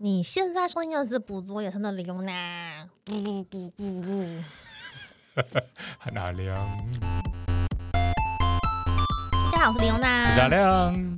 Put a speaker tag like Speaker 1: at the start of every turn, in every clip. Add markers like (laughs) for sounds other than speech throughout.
Speaker 1: 你现在收听的是《捕捉野生的李优娜》，不不不不不。
Speaker 2: 很阿亮，
Speaker 1: 大家好，我是李优娜
Speaker 2: 我是。阿亮，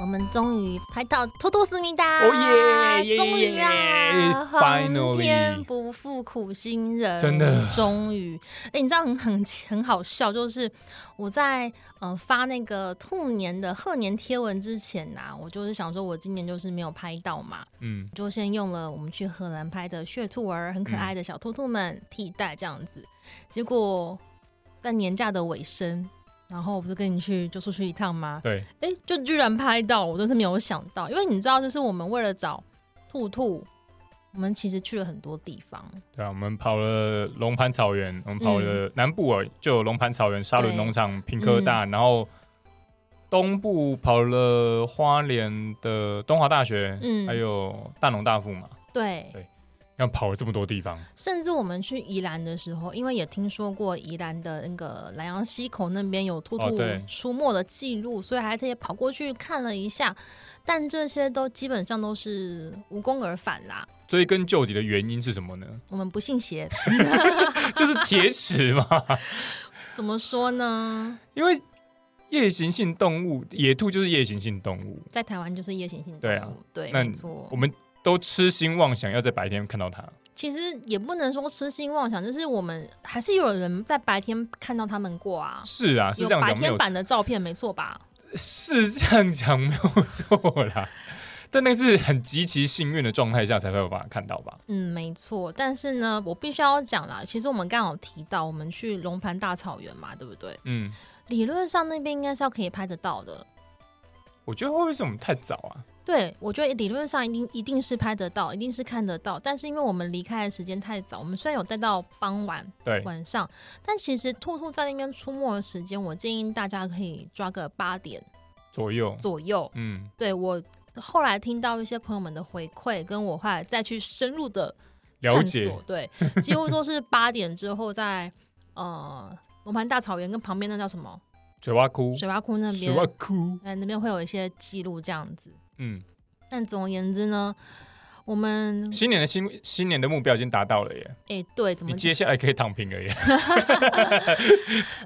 Speaker 1: 我们终于拍到《偷偷思密达》，
Speaker 2: 哦耶耶
Speaker 1: 终于
Speaker 2: 耶
Speaker 1: 啦，
Speaker 2: ，finally
Speaker 1: 皇天不负苦心人，
Speaker 2: 真的
Speaker 1: 终于。哎，你知道很很很好笑，就是我在呃发那个兔年的贺年贴文之前呐、我就是想说我今年就是没有拍到嘛，
Speaker 2: 嗯，
Speaker 1: 就先用了我们去荷兰拍的血兔儿，很可爱的小兔兔们替代这样子。结果在年假的尾声，然后我不是跟你去就出去一趟吗？
Speaker 2: 对，
Speaker 1: 哎、就居然拍到，我真是没有想到，因为你知道，就是我们为了找兔兔，我们其实去了很多地方，
Speaker 2: 对啊，我们跑了龙盘草原，我们跑了南部啊，就有龙盘草原、沙仑农场、平科大，然后东部跑了花莲的东华大学，
Speaker 1: 嗯
Speaker 2: 还有大农大富嘛，
Speaker 1: 对，
Speaker 2: 要跑了这么多地方，
Speaker 1: 甚至我们去宜兰的时候，因为也听说过宜兰的那个莱阳溪口那边有兔
Speaker 2: 哦
Speaker 1: 兔
Speaker 2: 对
Speaker 1: 出没的记录，所以还特意跑过去看了一下。但这些都基本上都是无功而返啦。
Speaker 2: 追根究底的原因是什么呢？
Speaker 1: 我们不信邪，
Speaker 2: 就是铁齿嘛，
Speaker 1: 怎么说
Speaker 2: (laughs)
Speaker 1: 呢？
Speaker 2: 因为夜行性动物，野兔就是夜行性动物，
Speaker 1: 在台湾就是夜行性动物，
Speaker 2: 对啊
Speaker 1: 对，
Speaker 2: 那
Speaker 1: 没
Speaker 2: 我
Speaker 1: 错。
Speaker 2: 们都痴心妄想要在白天看到它。
Speaker 1: 其实也不能说痴心妄想，就是我们还是有人在白天看到他们过啊，
Speaker 2: 是啊，是
Speaker 1: 有
Speaker 2: 这样
Speaker 1: 白
Speaker 2: 讲没
Speaker 1: 天
Speaker 2: 有
Speaker 1: 版的照片，没错吧？
Speaker 2: 是这样讲没有错啦， (laughs) 但那是很极其幸运的状态下才会有办法看到吧？
Speaker 1: 嗯，没错。但是呢，我必须要讲啦，其实我们刚好提到我们去龙盘大草原嘛，对不对？
Speaker 2: 嗯，
Speaker 1: 理论上那边应该是要可以拍得到的。
Speaker 2: 我觉得会不会是我们太早啊？
Speaker 1: 对，我觉得理论上一定一定是拍得到，一定是看得到。但是因为我们离开的时间太早，我们虽然有待到傍晚
Speaker 2: 对，
Speaker 1: 晚上，但其实兔兔在那边出没的时间，我建议大家可以抓个八点
Speaker 2: 左右，
Speaker 1: 左右。
Speaker 2: 嗯，
Speaker 1: 对我后来听到一些朋友们的回馈，跟我后来再去深入的
Speaker 2: 了
Speaker 1: 探
Speaker 2: 解
Speaker 1: 索，对，几乎都是八点之后在呃龙盘大草原跟旁边那叫什么
Speaker 2: 水洼窟，
Speaker 1: 水洼窟那
Speaker 2: 水
Speaker 1: 边，
Speaker 2: 洼窟，
Speaker 1: 哎那边会有一些记录这样子。
Speaker 2: 嗯，
Speaker 1: 但总而言之呢，我们
Speaker 2: 新年的新新年的目标已经达到了耶，
Speaker 1: 哎、对，嗯怎么
Speaker 2: 你接下来可以躺平了耶，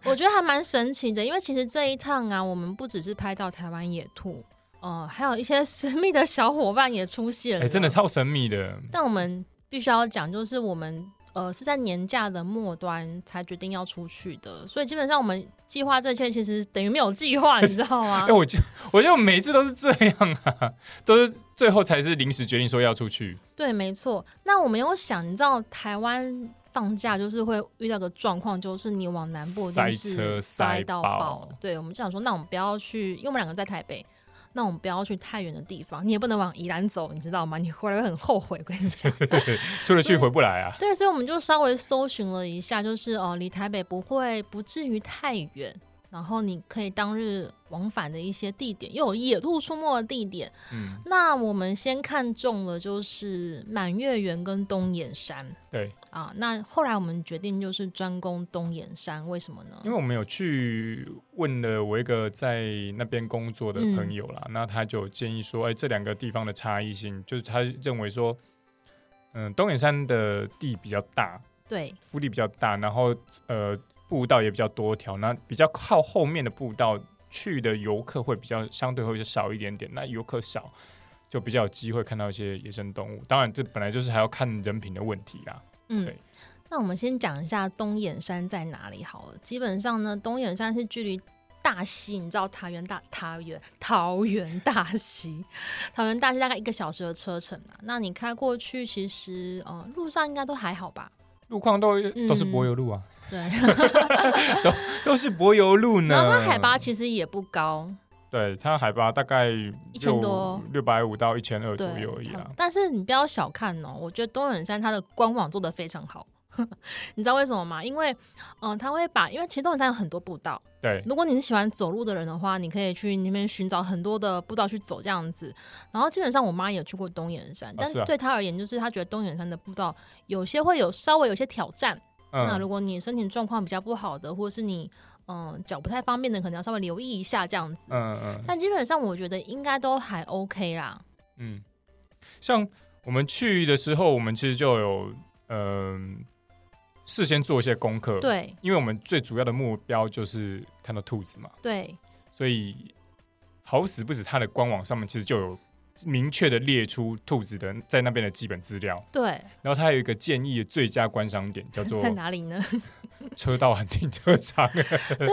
Speaker 1: 我觉得还蛮神奇的，因为其实这一趟啊，我们不只是拍到台湾野兔，呃，还有一些神秘的小伙伴也出现
Speaker 2: 哎、
Speaker 1: 了，
Speaker 2: 真的。超神秘的，
Speaker 1: 但我们必须要讲，就是我们呃是在年假的末端才决定要出去的，所以基本上我们计划这些其实等于没有计划，你知道吗
Speaker 2: (laughs) 哎、？我就我就每次都是这样啊，都是最后才是临时决定说要出去，
Speaker 1: 对，没错。那我没有想，你知道台湾放假就是会遇到个状况，就是你往南部一定
Speaker 2: 塞
Speaker 1: 是
Speaker 2: 车
Speaker 1: 塞
Speaker 2: 塞
Speaker 1: 到
Speaker 2: 爆
Speaker 1: 爆。对，我们就想说，那我们不要去，因为我们两个在台北，那我们不要去太远的地方，你也不能往宜兰走，你知道吗？你回来会很后悔，我跟你讲。
Speaker 2: 出
Speaker 1: 所
Speaker 2: 了去
Speaker 1: 以
Speaker 2: 回不来啊，
Speaker 1: 对，所以我们就稍微搜寻了一下，就是哦，呃离台北不会不至于太远，然后你可以当日往返的一些地点，又有野兔出没的地点。
Speaker 2: 嗯，
Speaker 1: 那我们先看中了就是满月园跟东眼山
Speaker 2: 对。
Speaker 1: 啊，那后来我们决定就是专攻东眼山，为什么呢？
Speaker 2: 因为我们有去问了我一个在那边工作的朋友啦，
Speaker 1: 嗯
Speaker 2: 那他就建议说，哎、这两个地方的差异性，就是他认为说，嗯，东眼山的地比较大，
Speaker 1: 对，
Speaker 2: 腹地比较大，然后呃步道也比较多条，那比较靠后面的步道去的游客会比较相对会少一点点，那游客少就比较有机会看到一些野生动物。当然，这本来就是还要看人品的问题啦。
Speaker 1: 嗯
Speaker 2: 对，
Speaker 1: 那我们先讲一下东眼山在哪里好了。基本上呢，东眼山是距离大溪，你知道桃园大桃园桃园大溪， (laughs) 桃园大溪大概一个小时的车程啊。那你开过去，其实呃路上应该都还好吧？
Speaker 2: 路况都
Speaker 1: 嗯
Speaker 2: 都是柏油路啊， (laughs)
Speaker 1: 对，
Speaker 2: 都是柏油路呢。
Speaker 1: 然后它海拔其实也不高，
Speaker 2: 对，它海拔大概
Speaker 1: 1000多
Speaker 2: 六百五到一千二左
Speaker 1: 对，
Speaker 2: 右而已
Speaker 1: 差不
Speaker 2: 啊
Speaker 1: 多。但是你不要小看哦，我觉得东远山它的官网做的非常好。 (laughs) 你知道为什么吗？因为，嗯、它会把，因为其实东远山有很多步道，
Speaker 2: 对，
Speaker 1: 如果你是喜欢走路的人的话，你可以去那边寻找很多的步道去走这样子。然后基本上我妈也有去过东眼山，但
Speaker 2: 是啊
Speaker 1: 对她而言，就是她觉得东眼山的步道有些会有稍微有些挑战。那
Speaker 2: 嗯，
Speaker 1: 如果你身体状况比较不好的，或者是你嗯脚不太方便的，可能要稍微留意一下这样子。
Speaker 2: 嗯嗯
Speaker 1: 但基本上我觉得应该都还 OK 啦。
Speaker 2: 嗯，像我们去的时候，我们其实就有嗯、事先做一些功课，，
Speaker 1: 对
Speaker 2: 因为我们最主要的目标就是看到兔子嘛，
Speaker 1: 对，
Speaker 2: 所以好死不死，它的官网上面其实就有明确的列出兔子的在那边的基本资料，
Speaker 1: 对，
Speaker 2: 然后它有一个建议的最佳观赏点叫做
Speaker 1: (laughs) 在哪里呢？
Speaker 2: 车道和停车场，
Speaker 1: 对，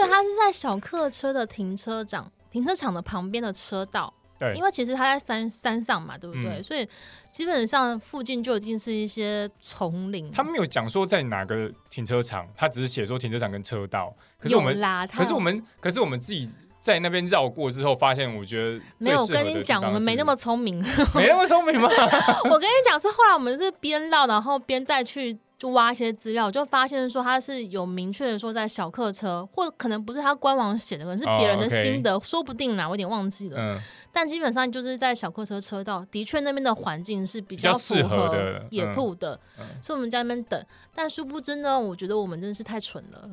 Speaker 1: 它是在小客车的停车场，停车场的旁边的车道。
Speaker 2: 对
Speaker 1: 因为其实它在山山上嘛，对不对？
Speaker 2: 嗯
Speaker 1: 所以基本上附近就已经是一些丛林。
Speaker 2: 他没有讲说在哪个停车场，他只是写说停车场跟车道，可是我
Speaker 1: 有
Speaker 2: 们
Speaker 1: 啦，它
Speaker 2: 可是我们可是我们自己。在那边绕过之后，发现我觉得
Speaker 1: 没有
Speaker 2: 最适合
Speaker 1: 跟
Speaker 2: 的
Speaker 1: 你
Speaker 2: 地
Speaker 1: 讲，
Speaker 2: 方
Speaker 1: 我们没
Speaker 2: 是
Speaker 1: 那么聪明。
Speaker 2: (laughs)
Speaker 1: (laughs)
Speaker 2: 没那么聪明吗？
Speaker 1: 我跟你讲，是后来我们是边绕，然后边再去就挖一些资料，就发现说它是有明确的说在小客车，或可能不是它官网写的，可能是别人
Speaker 2: 哦
Speaker 1: 的
Speaker 2: ，OK
Speaker 1: 心得说不定啦，我有点忘记了。
Speaker 2: 嗯，
Speaker 1: 但基本上就是在小客车车道，的确那边的环境是比
Speaker 2: 比较
Speaker 1: 符
Speaker 2: 适
Speaker 1: 合
Speaker 2: 合的
Speaker 1: 野兔的，
Speaker 2: 嗯嗯
Speaker 1: 所以我们在那边等。但殊不知呢，我觉得我们真是太蠢
Speaker 2: (laughs)
Speaker 1: 了。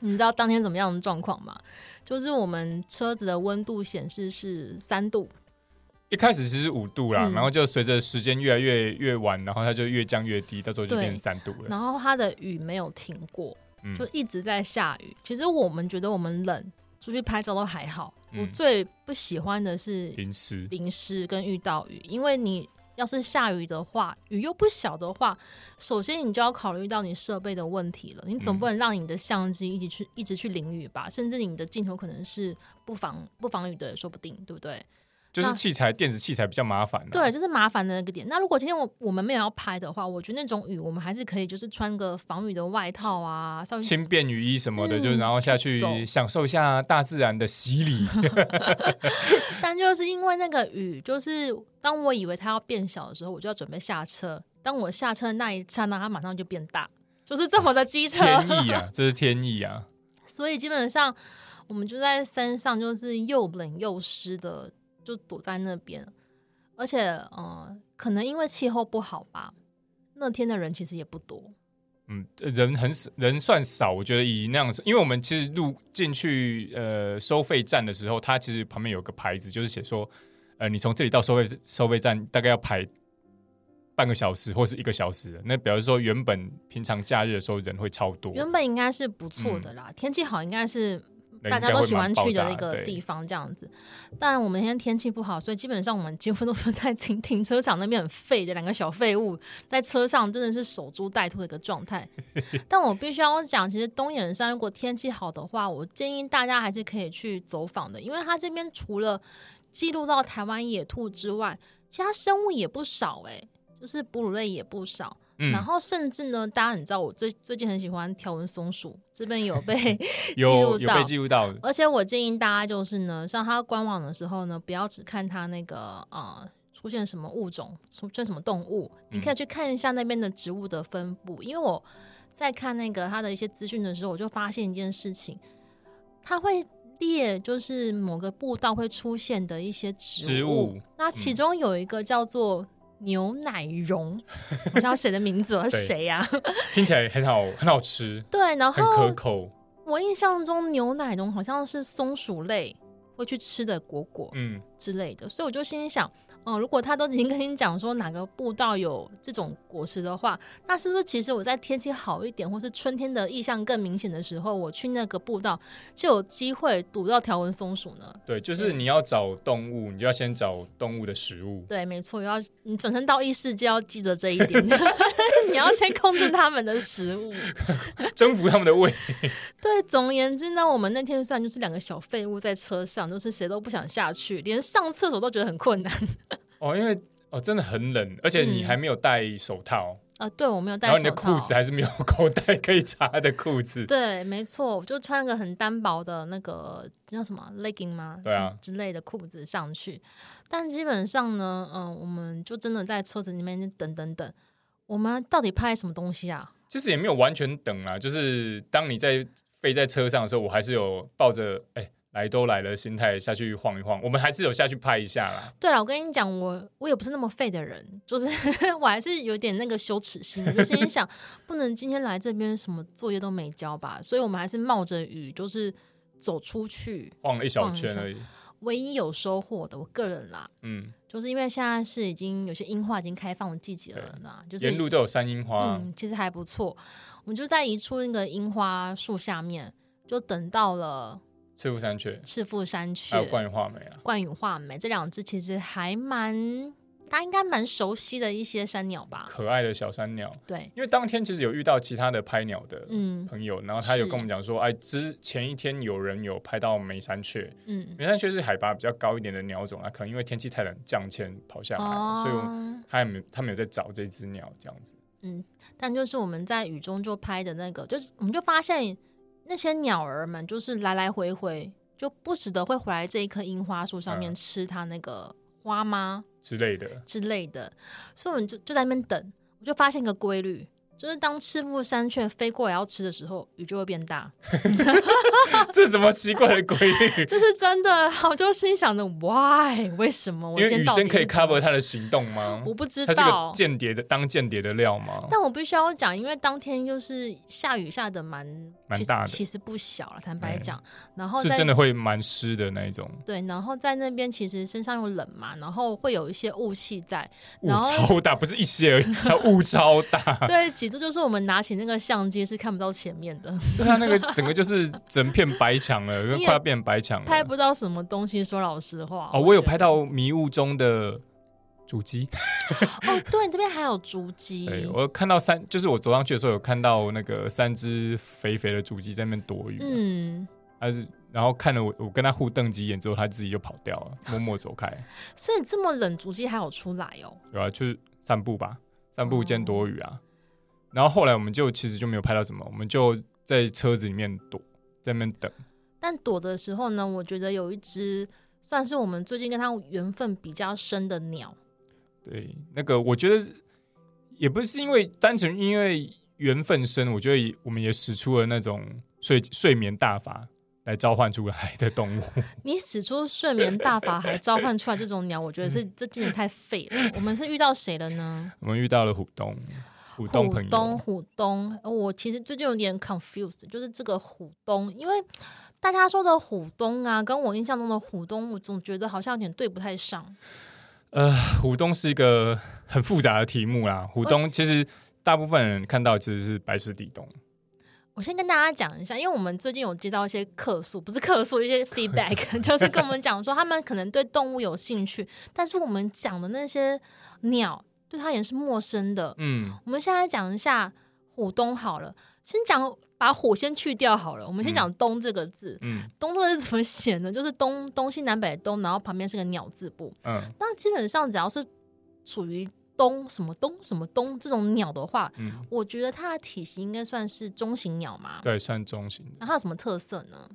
Speaker 1: 你知道当天怎么样的状况吗？就是我们车子的温度显示是三度，
Speaker 2: 一开始其实五度啦，
Speaker 1: 嗯
Speaker 2: 然后就随着时间越来越越晚，然后它就越降越低，到时候就
Speaker 1: 对
Speaker 2: 变三度了。
Speaker 1: 然后它的雨没有停过，
Speaker 2: 嗯
Speaker 1: 就一直在下雨。其实我们觉得我们冷，出去拍照都还好。
Speaker 2: 嗯
Speaker 1: 我最不喜欢的是
Speaker 2: 淋湿，
Speaker 1: 淋湿跟遇到雨，因为你要是下雨的话，雨又不小的话，首先你就要考虑到你设备的问题了。你总不能让你的相机一直去一直去淋雨吧？甚至你的镜头可能是不防不防雨的，也说不定，对不对？
Speaker 2: 就是器材电子器材比较麻烦、啊。
Speaker 1: 对，，这是麻烦的一个点。那如果今天我我们没有要拍的话，我觉得那种雨我们还是可以就是穿个防雨的外套啊，稍微
Speaker 2: 轻便雨衣什么的，
Speaker 1: 嗯
Speaker 2: 就然后下
Speaker 1: 去走
Speaker 2: 去享受一下大自然的
Speaker 1: (laughs)
Speaker 2: 洗礼。
Speaker 1: 但就是因为那个雨，就是当我以为它要变小的时候，我就要准备下车。当我下车的那一刹那，它马上就变大，就是这么的机车。
Speaker 2: 天意啊，这是天意啊！
Speaker 1: 所以基本上我们就在山上，就是又冷又湿的，就躲在那边。而且，嗯、可能因为气候不好吧，那天的人其实也不多。
Speaker 2: 嗯，人很少，人算少，我觉得以那样子，因为我们其实入进去呃收费站的时候，它其实旁边有个牌子，就是写说，呃，你从这里到收费收费站大概要排半个小时或是一个小时的。那表示说，原本平常假日的时候人会超多，
Speaker 1: 原本应该是不错的啦，天气好应该是
Speaker 2: 人
Speaker 1: 大家
Speaker 2: 应该
Speaker 1: 都
Speaker 2: 会
Speaker 1: 喜欢
Speaker 2: 蛮爆
Speaker 1: 去的
Speaker 2: 炸
Speaker 1: 那个地
Speaker 2: 对
Speaker 1: 方这样子。但我们那天天气不好，所以基本上我们几乎都是在停停车场那边很废的两个小废物，在车上真的是守株待兔的一个状
Speaker 2: (laughs)
Speaker 1: 态。但我必须要讲，其实东眼山如果天气好的话，我建议大家还是可以去走访的，因为它这边除了记录到台湾野兔之外，其他生物也不少诶、就是哺乳类也不少。然
Speaker 2: 嗯，
Speaker 1: 后甚至呢，大家你知道我最最近很喜欢条纹松鼠，这边有被，
Speaker 2: 有
Speaker 1: 记录
Speaker 2: 有
Speaker 1: 到
Speaker 2: 被记录到，
Speaker 1: 而且我建议大家就是呢，上它官网的时候呢，不要只看它那个呃出现什么物种，出现什么动物，你
Speaker 2: 嗯
Speaker 1: 可以去看一下那边的植物的分布，因为我在看那个它的一些资讯的时候，我就发现一件事情，它会列就是某个步道会出现的一些
Speaker 2: 植物嗯
Speaker 1: 那其中有一个叫做。牛奶蓉，我不知道谁的名
Speaker 2: (laughs)
Speaker 1: 字了，是
Speaker 2: 对
Speaker 1: 谁呀、 (laughs)
Speaker 2: 听起来很好，很好吃，
Speaker 1: 对，然
Speaker 2: 很可
Speaker 1: 后
Speaker 2: 口。
Speaker 1: 我印象中牛奶中好像是松鼠类会去吃的果果
Speaker 2: 嗯，
Speaker 1: 之类的，所以我就心里想，嗯、如果他都已经跟你讲说哪个步道有这种果实的话，那是不是其实我在天气好一点，或是春天的意象更明显的时候，我去那个步道就有机会堵到条纹松鼠呢？
Speaker 2: 对，就是你要找动物，你就要先找动物的食物。
Speaker 1: 对，没错，要你转身到异世界要记着这一点， (laughs) 你要先控制他们的食物。
Speaker 2: 征服他们的胃。
Speaker 1: 对，总而言之呢，我们那天虽然就是两个小废物在车上，就是谁都不想下去，连上厕所都觉得很困难
Speaker 2: 哦，因为哦真的很冷，而且你
Speaker 1: 嗯
Speaker 2: 还没有戴手套，
Speaker 1: (laughs) 啊。对，我没有带
Speaker 2: 然
Speaker 1: 手
Speaker 2: 后你的
Speaker 1: 套
Speaker 2: 裤。子还是没有口袋可以插的裤子。
Speaker 1: 对，没错，我就穿个很单薄的那个叫什么 legging 吗？
Speaker 2: 对啊
Speaker 1: 之类的裤子上去。但基本上呢，嗯、我们就真的在车子里面等等等，我们到底拍什么东西啊？
Speaker 2: 其实也没有完全等啊，就是当你在飞在车上的时候，我还是有抱着哎、来都来了的心态下去晃一晃，我们还是有下去拍一下啦。
Speaker 1: 对了，我跟你讲，我我也不是那么废的人，就是 (laughs) 我还是有点那个羞耻心，我就心里想，不能今天来这边什么作业都没交吧，所以我们还是冒着雨，就是走出去。
Speaker 2: 晃了一小圈而已。
Speaker 1: 唯一有收获的，我个人啦，
Speaker 2: 嗯，
Speaker 1: 就是因为现在是已经有些樱花已经开放季节了
Speaker 2: 对
Speaker 1: 啦，就是
Speaker 2: 沿路都有山樱花啊，
Speaker 1: 嗯，其实还不错。我们就在一处那个樱花树下面，就等到了
Speaker 2: 赤腹山雀，
Speaker 1: 赤腹山雀
Speaker 2: 还有、冠羽画眉啊，
Speaker 1: 冠羽画眉这两只，其实还蛮大家应该蛮熟悉的一些山鸟吧？
Speaker 2: 可爱的小山鸟。
Speaker 1: 对，
Speaker 2: 因为当天其实有遇到其他的拍鸟的
Speaker 1: 嗯
Speaker 2: 朋友，然后他有
Speaker 1: 是
Speaker 2: 跟我们讲说，哎，之前一天有人有拍到梅山雀，
Speaker 1: 嗯，
Speaker 2: 梅山雀是海拔比较高一点的鸟种啊，可能因为天气太冷降迁跑下来，所以我
Speaker 1: 哦，
Speaker 2: 们他也没有他们有在找这只鸟这样子。
Speaker 1: 但就是我们在雨中就拍的那个，就是我们就发现那些鸟儿们就是来来回回，就不时的会回来这一棵樱花树上面
Speaker 2: 嗯
Speaker 1: 吃它那个花吗？
Speaker 2: 之类的， (laughs)
Speaker 1: 之类的，所以我们就就在那边等，我就发现一个规律，就是当赤腹山雀飞过来要吃的时候，雨就会变大，
Speaker 2: 这是什么奇怪的规律？
Speaker 1: 这是真的。我就心想的，why？为什么我
Speaker 2: 因
Speaker 1: 今天
Speaker 2: 为雨
Speaker 1: 到底
Speaker 2: 生可以
Speaker 1: 是怎么
Speaker 2: cover 他的行动吗？
Speaker 1: 我不知
Speaker 2: 他是个
Speaker 1: 道。
Speaker 2: 间谍的当间谍的料吗？
Speaker 1: 但我必须要讲，因为当天就是下雨下的蛮
Speaker 2: 蛮
Speaker 1: 其实
Speaker 2: 大的
Speaker 1: 其实不小了，坦白
Speaker 2: 嗯
Speaker 1: 讲。然后
Speaker 2: 是
Speaker 1: 在
Speaker 2: 真的会蛮湿的那一种，
Speaker 1: 对，然后在那边其实身上又冷嘛，然后会有一些雾气
Speaker 2: (laughs)
Speaker 1: 在，
Speaker 2: 雾
Speaker 1: 然后
Speaker 2: 超大，不是一些而已，它雾超大，
Speaker 1: (laughs) 对，其实就是我们拿起那个相机是看不到前面的。
Speaker 2: 对啊它那个整个就是整片白墙了，
Speaker 1: (laughs) 你也
Speaker 2: 快要变白墙
Speaker 1: 拍
Speaker 2: 了。
Speaker 1: 不到什么东西。说老实话，
Speaker 2: 啊哦，我有
Speaker 1: 觉得
Speaker 2: 拍到迷雾中的主机，
Speaker 1: 哦，对，这边还有竹鸡，
Speaker 2: (laughs) 对我有看到三，就是我走上去的时候有看到那个三只肥肥的主机在那边躲雨，啊
Speaker 1: 嗯，
Speaker 2: 它是然后看了我，我跟它互瞪几眼之后，它自己就跑掉了，默默走开，
Speaker 1: 所以这么冷，竹鸡还有出来哦，
Speaker 2: 对吧、去啊散步吧，散步兼
Speaker 1: 哦
Speaker 2: 躲雨啊。然后后来我们就其实就没有拍到什么，我们就在车子里面躲，在那边等。
Speaker 1: 但躲的时候呢，我觉得有一只算是我们最近跟它缘分比较深的鸟，
Speaker 2: 对，那个我觉得也不是因为单纯因为缘分深，我觉得也我们也使出了那种睡睡眠大法来召唤出来的动物。
Speaker 1: 你使出睡眠大法还召唤出来这种鸟，我觉得
Speaker 2: 嗯
Speaker 1: 是这真的太废了。我们是遇到谁了呢？
Speaker 2: 我们遇到了虎东，虎东朋
Speaker 1: 虎东，
Speaker 2: 友，
Speaker 1: 虎东，呃我其实最近有点 confused，就是这个虎东，因为大家说的虎东啊，跟我印象中的虎东，我总觉得好像有点对不太上。
Speaker 2: 虎东是一个很复杂的题目啦。虎东其实大部分人看到其实是白石地洞，
Speaker 1: 我先跟大家讲一下，因为我们最近有接到一些客诉，不是客诉，一些 feedback，就是 (laughs) 跟我们讲说他们可能对动物有兴趣，但是我们讲的那些鸟对他也是陌生的。
Speaker 2: 嗯，
Speaker 1: 我们现在讲一下虎东好了，先讲把虎先去掉好了，我们先讲东这个字。
Speaker 2: 嗯
Speaker 1: 东这个字怎么写呢？就是东东西南北的东，然后旁边是个鸟字部。
Speaker 2: 嗯
Speaker 1: 那基本上只要是属于东什么东什么东这种鸟的话，
Speaker 2: 嗯，
Speaker 1: 我觉得它的体型应该算是中型鸟嘛。
Speaker 2: 对，算中型的
Speaker 1: 那它有什么特色呢？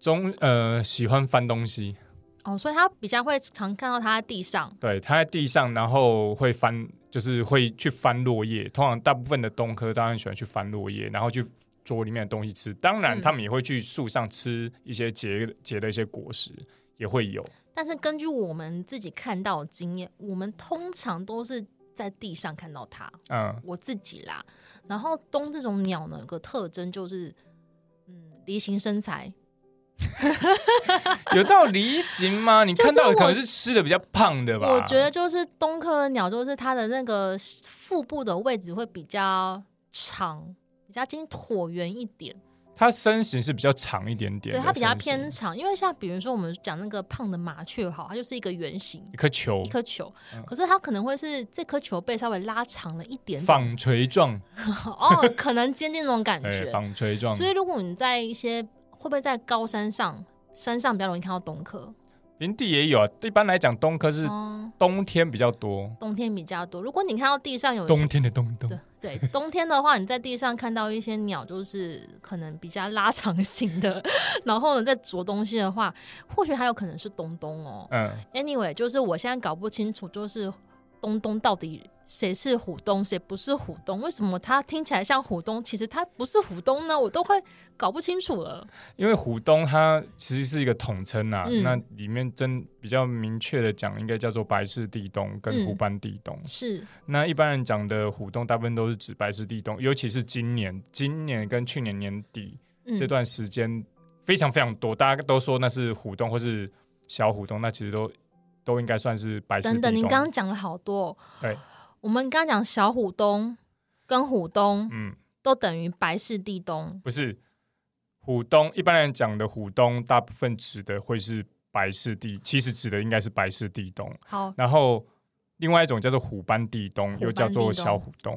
Speaker 2: 中呃喜欢翻东西，
Speaker 1: 哦，所以它比较会常看到它在地上。
Speaker 2: 对，它在地上，然后会翻，就是会去翻落叶。通常大部分的东科当然喜欢去翻落叶，然后去啄里面的东西吃。当然，
Speaker 1: 嗯
Speaker 2: 他们也会去树上吃一些结结的一些果实，也会有。
Speaker 1: 但是根据我们自己看到的经验，我们通常都是在地上看到它，
Speaker 2: 嗯，
Speaker 1: 我自己啦。然后东这种鸟呢，有个特征就是，嗯，梨形身材， (laughs)
Speaker 2: 有到梨形吗？你
Speaker 1: 就是
Speaker 2: 看到的可
Speaker 1: 我
Speaker 2: 能是吃的比较胖的吧？
Speaker 1: 我觉得就是东科的鸟，就是它的那个腹部的位置会比较长，比较经椭圆一点，
Speaker 2: 它身形是比较长一点点
Speaker 1: 对，
Speaker 2: 的，
Speaker 1: 它比较偏，长。因为像比如说我们讲那个胖的麻雀好，它就是一个圆形
Speaker 2: 一颗球
Speaker 1: 一，颗球
Speaker 2: 嗯，
Speaker 1: 可是它可能会是这颗球被稍微拉长了一点点，
Speaker 2: 纺锤状，
Speaker 1: (laughs) 哦，可能接近那种
Speaker 2: (laughs)
Speaker 1: 感
Speaker 2: 对，
Speaker 1: 觉。
Speaker 2: 纺锤状，
Speaker 1: 所以如果你在一些会不会在高山上，山上比较容易看到东科，
Speaker 2: 平地也有啊。一般来讲，东科是
Speaker 1: 嗯，
Speaker 2: 冬天比较多，
Speaker 1: 冬天比较多。如果你看到地上有一些
Speaker 2: 冬天的冬冬
Speaker 1: 对。对，冬天的话，你在地上看到一些鸟，就是可能比较拉长型的， (laughs) 然后呢，在啄东西的话，或许还有可能是东东哦。
Speaker 2: 嗯，
Speaker 1: Anyway，就是我现在搞不清楚，就是东东到底谁是虎东，谁不是虎东？为什么它听起来像虎东，其实它不是虎东呢？我都会搞不清楚了。
Speaker 2: 因为虎东它其实是一个统称啊，
Speaker 1: 嗯
Speaker 2: 那里面真比较明确的讲，应该叫做白氏地洞跟
Speaker 1: 嗯
Speaker 2: 虎斑地洞。
Speaker 1: 是，
Speaker 2: 那一般人讲的虎洞，大部分都是指白氏地洞，尤其是今年，今年跟去年年底、
Speaker 1: 嗯
Speaker 2: 这，段时间非常非常多，大家都说那是虎洞或是小虎洞，那其实都都应该算是白石
Speaker 1: 等
Speaker 2: 壁
Speaker 1: 等，您
Speaker 2: 洞
Speaker 1: 刚刚讲了好多哦、
Speaker 2: 对
Speaker 1: 我们刚刚讲小虎东跟虎东
Speaker 2: 嗯，
Speaker 1: 都等于白氏地东，
Speaker 2: 不是虎东，一般人讲的虎东，大部分指的会是白氏地，其实指的应该是白氏地洞。
Speaker 1: 好
Speaker 2: 然后另外一种叫做虎斑地洞，
Speaker 1: 虎
Speaker 2: 又叫
Speaker 1: 斑
Speaker 2: 做
Speaker 1: 地洞
Speaker 2: 小虎洞，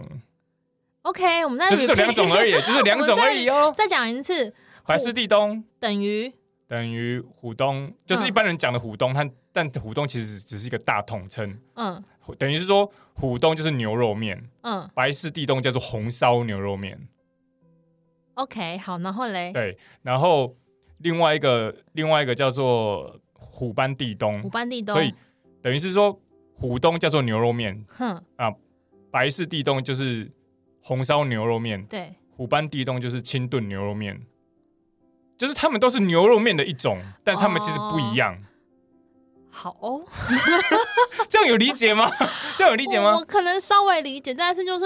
Speaker 1: ，OK，我们再
Speaker 2: 就是这
Speaker 1: repeat
Speaker 2: 两种啊而已，就是两种而已哦。
Speaker 1: (laughs) 再讲一次，
Speaker 2: 白氏地洞
Speaker 1: 等于
Speaker 2: 等于虎东，
Speaker 1: 嗯
Speaker 2: 就是一般人讲的虎东，它但虎东其实只是一个大统称，
Speaker 1: 嗯
Speaker 2: 虎等于是说虎东就是牛肉面，
Speaker 1: 嗯
Speaker 2: 白氏地洞叫做红烧牛肉面。
Speaker 1: ，OK，好，然后嘞，
Speaker 2: 对，然后另外一个另外一个叫做虎斑地
Speaker 1: 虎
Speaker 2: 东，
Speaker 1: 斑地东
Speaker 2: 所，以等于是说虎东叫做牛肉面，
Speaker 1: 哼，
Speaker 2: 白氏地东就是红烧牛肉面，
Speaker 1: 对，
Speaker 2: 虎斑地东就是清炖牛肉面，就是他们都是牛肉面的一种，但他们其实不
Speaker 1: 哦
Speaker 2: 一样。 (laughs)
Speaker 1: 好哦，
Speaker 2: 这样有理解吗？这样有理解
Speaker 1: 我
Speaker 2: 吗
Speaker 1: 我？可能稍微理解，但是就是。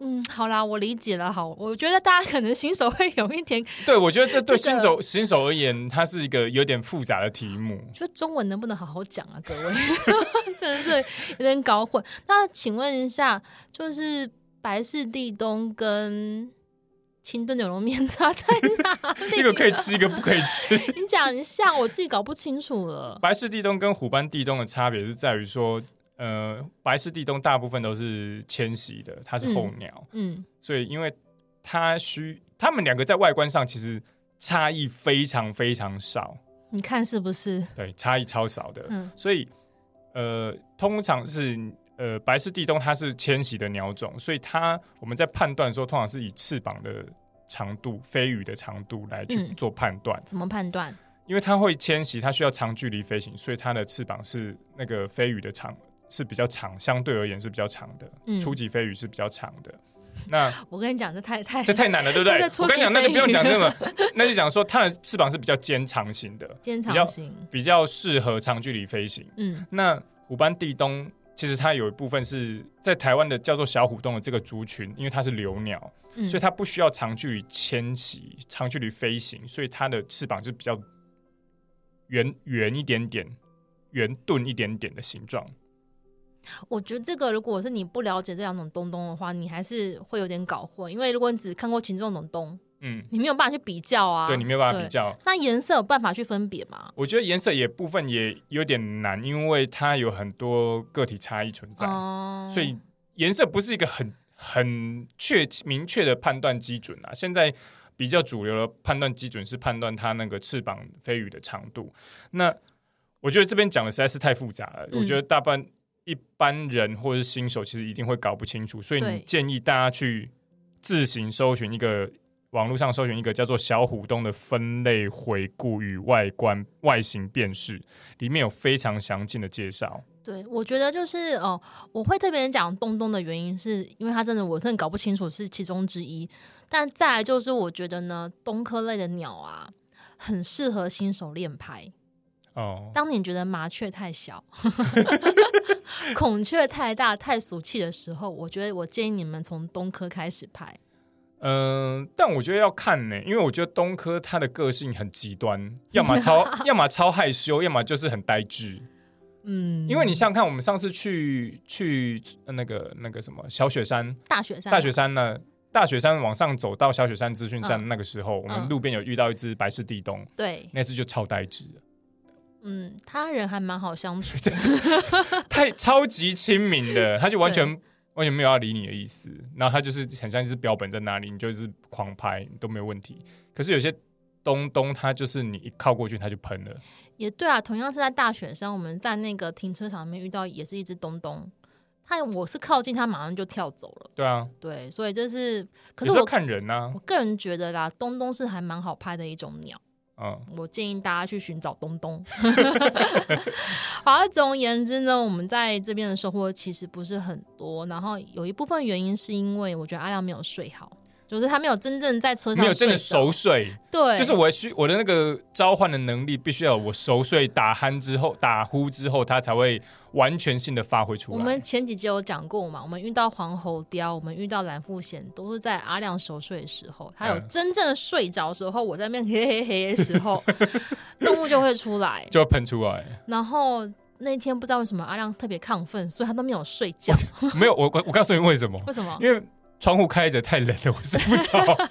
Speaker 1: 嗯，好啦，我理解了。好，我觉得大家可能新手会有一点，
Speaker 2: 对，我觉得这
Speaker 1: 这
Speaker 2: 对
Speaker 1: 个
Speaker 2: 新手新手而言，它是一个有点复杂的题目。
Speaker 1: 就中文能不能好好讲啊，各位， (laughs) 真的是有点搞混。那请问一下，就是白氏地东跟清炖牛肉面差在哪
Speaker 2: (laughs)
Speaker 1: 里？啊
Speaker 2: 一个可以吃，一个不可以
Speaker 1: (laughs)
Speaker 2: 吃。
Speaker 1: 你讲一下，我自己搞不清楚了。
Speaker 2: 白氏地洞跟虎斑地洞的差别是在于说，呃，白氏地洞大部分都是迁徙的，它是候鸟，
Speaker 1: 嗯，
Speaker 2: 所以因为它需，它们两个在外观上其实差异非常非常少，
Speaker 1: 你看是不是？
Speaker 2: 对，差异超少的，
Speaker 1: 嗯
Speaker 2: 所以呃，通常是呃白氏地洞它是迁徙的鸟种，所以它我们在判断的时候，通常是以翅膀的长度、飞羽的长度来去
Speaker 1: 嗯
Speaker 2: 做判断。
Speaker 1: 怎么判断？
Speaker 2: 因为它会迁徙，它需要长距离飞行，所以它的翅膀是那个飞羽的长是比较长，相对而言是比较长的。
Speaker 1: 嗯
Speaker 2: 初级飞羽是比较长的。那
Speaker 1: 我跟你讲，这太太
Speaker 2: 这太难了，对不对
Speaker 1: 真的？初级
Speaker 2: 我跟你讲，那就不用
Speaker 1: 飞羽
Speaker 2: 讲这么，那就讲说它的翅膀是比较尖长型的，
Speaker 1: 尖
Speaker 2: 比较
Speaker 1: 长型。
Speaker 2: 比较适合长距离飞行。
Speaker 1: 嗯
Speaker 2: 那虎斑地东其实它有一部分是在台湾的叫做小虎洞的这个族群，因为它是留鸟，
Speaker 1: 嗯，
Speaker 2: 所以它不需要长距离迁徙、长距离飞行，所以它的翅膀就比较圆圆一点点、圆钝一点点的形状。
Speaker 1: 我觉得这个，如果是你不了解这两种东东的话，你还是会有点搞混，因为如果你只看过秦这种东，
Speaker 2: 嗯，
Speaker 1: 你没有办法去比较啊。
Speaker 2: 对你没有办法比
Speaker 1: 对。
Speaker 2: 较。
Speaker 1: 那颜色有办法去分别吗？
Speaker 2: 我觉得颜色也部分也有点难，因为它有很多个体差异存在，
Speaker 1: 哦
Speaker 2: 所以颜色不是一个很很确明确的判断基准啊。现在比较主流的判断基准是判断它那个翅膀飞羽的长度。那我觉得这边讲的实在是太复杂了，
Speaker 1: 嗯
Speaker 2: 我觉得大半一般人或者是新手其实一定会搞不清楚，所以
Speaker 1: 对
Speaker 2: 你建议大家去自行搜寻一个。网络上搜寻一个叫做“小虎东”的分类回顾与外观外形辨识，里面有非常详尽的介绍。
Speaker 1: 对，我觉得就是哦、我会特别讲东东的原因，是因为它真的我真的搞不清楚是其中之一。但再来就是，我觉得呢，东科类的鸟啊，很适合新手练拍。
Speaker 2: 哦，
Speaker 1: 当你觉得麻雀太小、 (laughs) 孔雀太大、太俗气的时候，我觉得我建议你们从东科开始拍。
Speaker 2: 嗯，但我觉得要看呢、因为我觉得东科他的个性很极端，要么
Speaker 1: (laughs)
Speaker 2: 超，要么超害羞，要么就是很呆滞。
Speaker 1: 嗯，
Speaker 2: 因为你想想看，我们上次去去呃那个那个什么小雪山，
Speaker 1: 大雪山，
Speaker 2: 大雪山呢，大雪山往上走到小雪山资讯站那个时候，我
Speaker 1: 嗯
Speaker 2: 们路边有遇到一只白氏地东，
Speaker 1: 对，
Speaker 2: 那只就超呆滞了，
Speaker 1: 嗯，他人还蛮好相处。
Speaker 2: 太超级亲民的，他就完全。完全没有要理你的意思，然后他就是很像一只标本在那里，你就是狂拍都没有问题。可是有些东东，它就是你一靠过去，它就喷了。
Speaker 1: 也对啊，同样是在大雪山，我们在那个停车场里面遇到也是一只东东，它我是靠近它马上就跳走了，
Speaker 2: 对啊，
Speaker 1: 对，所以这是，可
Speaker 2: 可
Speaker 1: 是
Speaker 2: 是要
Speaker 1: 我
Speaker 2: 看人啊呐
Speaker 1: 我、个人觉得啦，东东是还蛮好拍的一种鸟，
Speaker 2: 嗯，
Speaker 1: 我建议大家去寻找东 (laughs) 东。好，总而言之呢，我们在这边的收获其实不是很多，然后有一部分原因是因为我觉得阿亮没有睡好，就是他没有真正在车上
Speaker 2: 没有真的
Speaker 1: 睡着
Speaker 2: 熟睡，
Speaker 1: 对，
Speaker 2: 就是我需我的那个召唤的能力必须要有我熟睡打鼾之后打呼之后，它才会完全性的发挥出来。
Speaker 1: 我们前几集有讲过嘛，我们遇到黄喉貂，我们遇到蓝腹鹇，都是在阿亮熟睡的时候，他有
Speaker 2: 嗯
Speaker 1: 真正睡着的时候，我在那边嘿嘿嘿的时候， (laughs) 动物就会出来。
Speaker 2: 就会喷出来， (laughs)
Speaker 1: 然后那天不知道为什么阿亮特别亢奋，所以他都没有睡觉。
Speaker 2: 没有我我我告诉你为什么，
Speaker 1: 为什么？
Speaker 2: 因为窗户开着太冷了，我睡不
Speaker 1: (laughs)
Speaker 2: 着，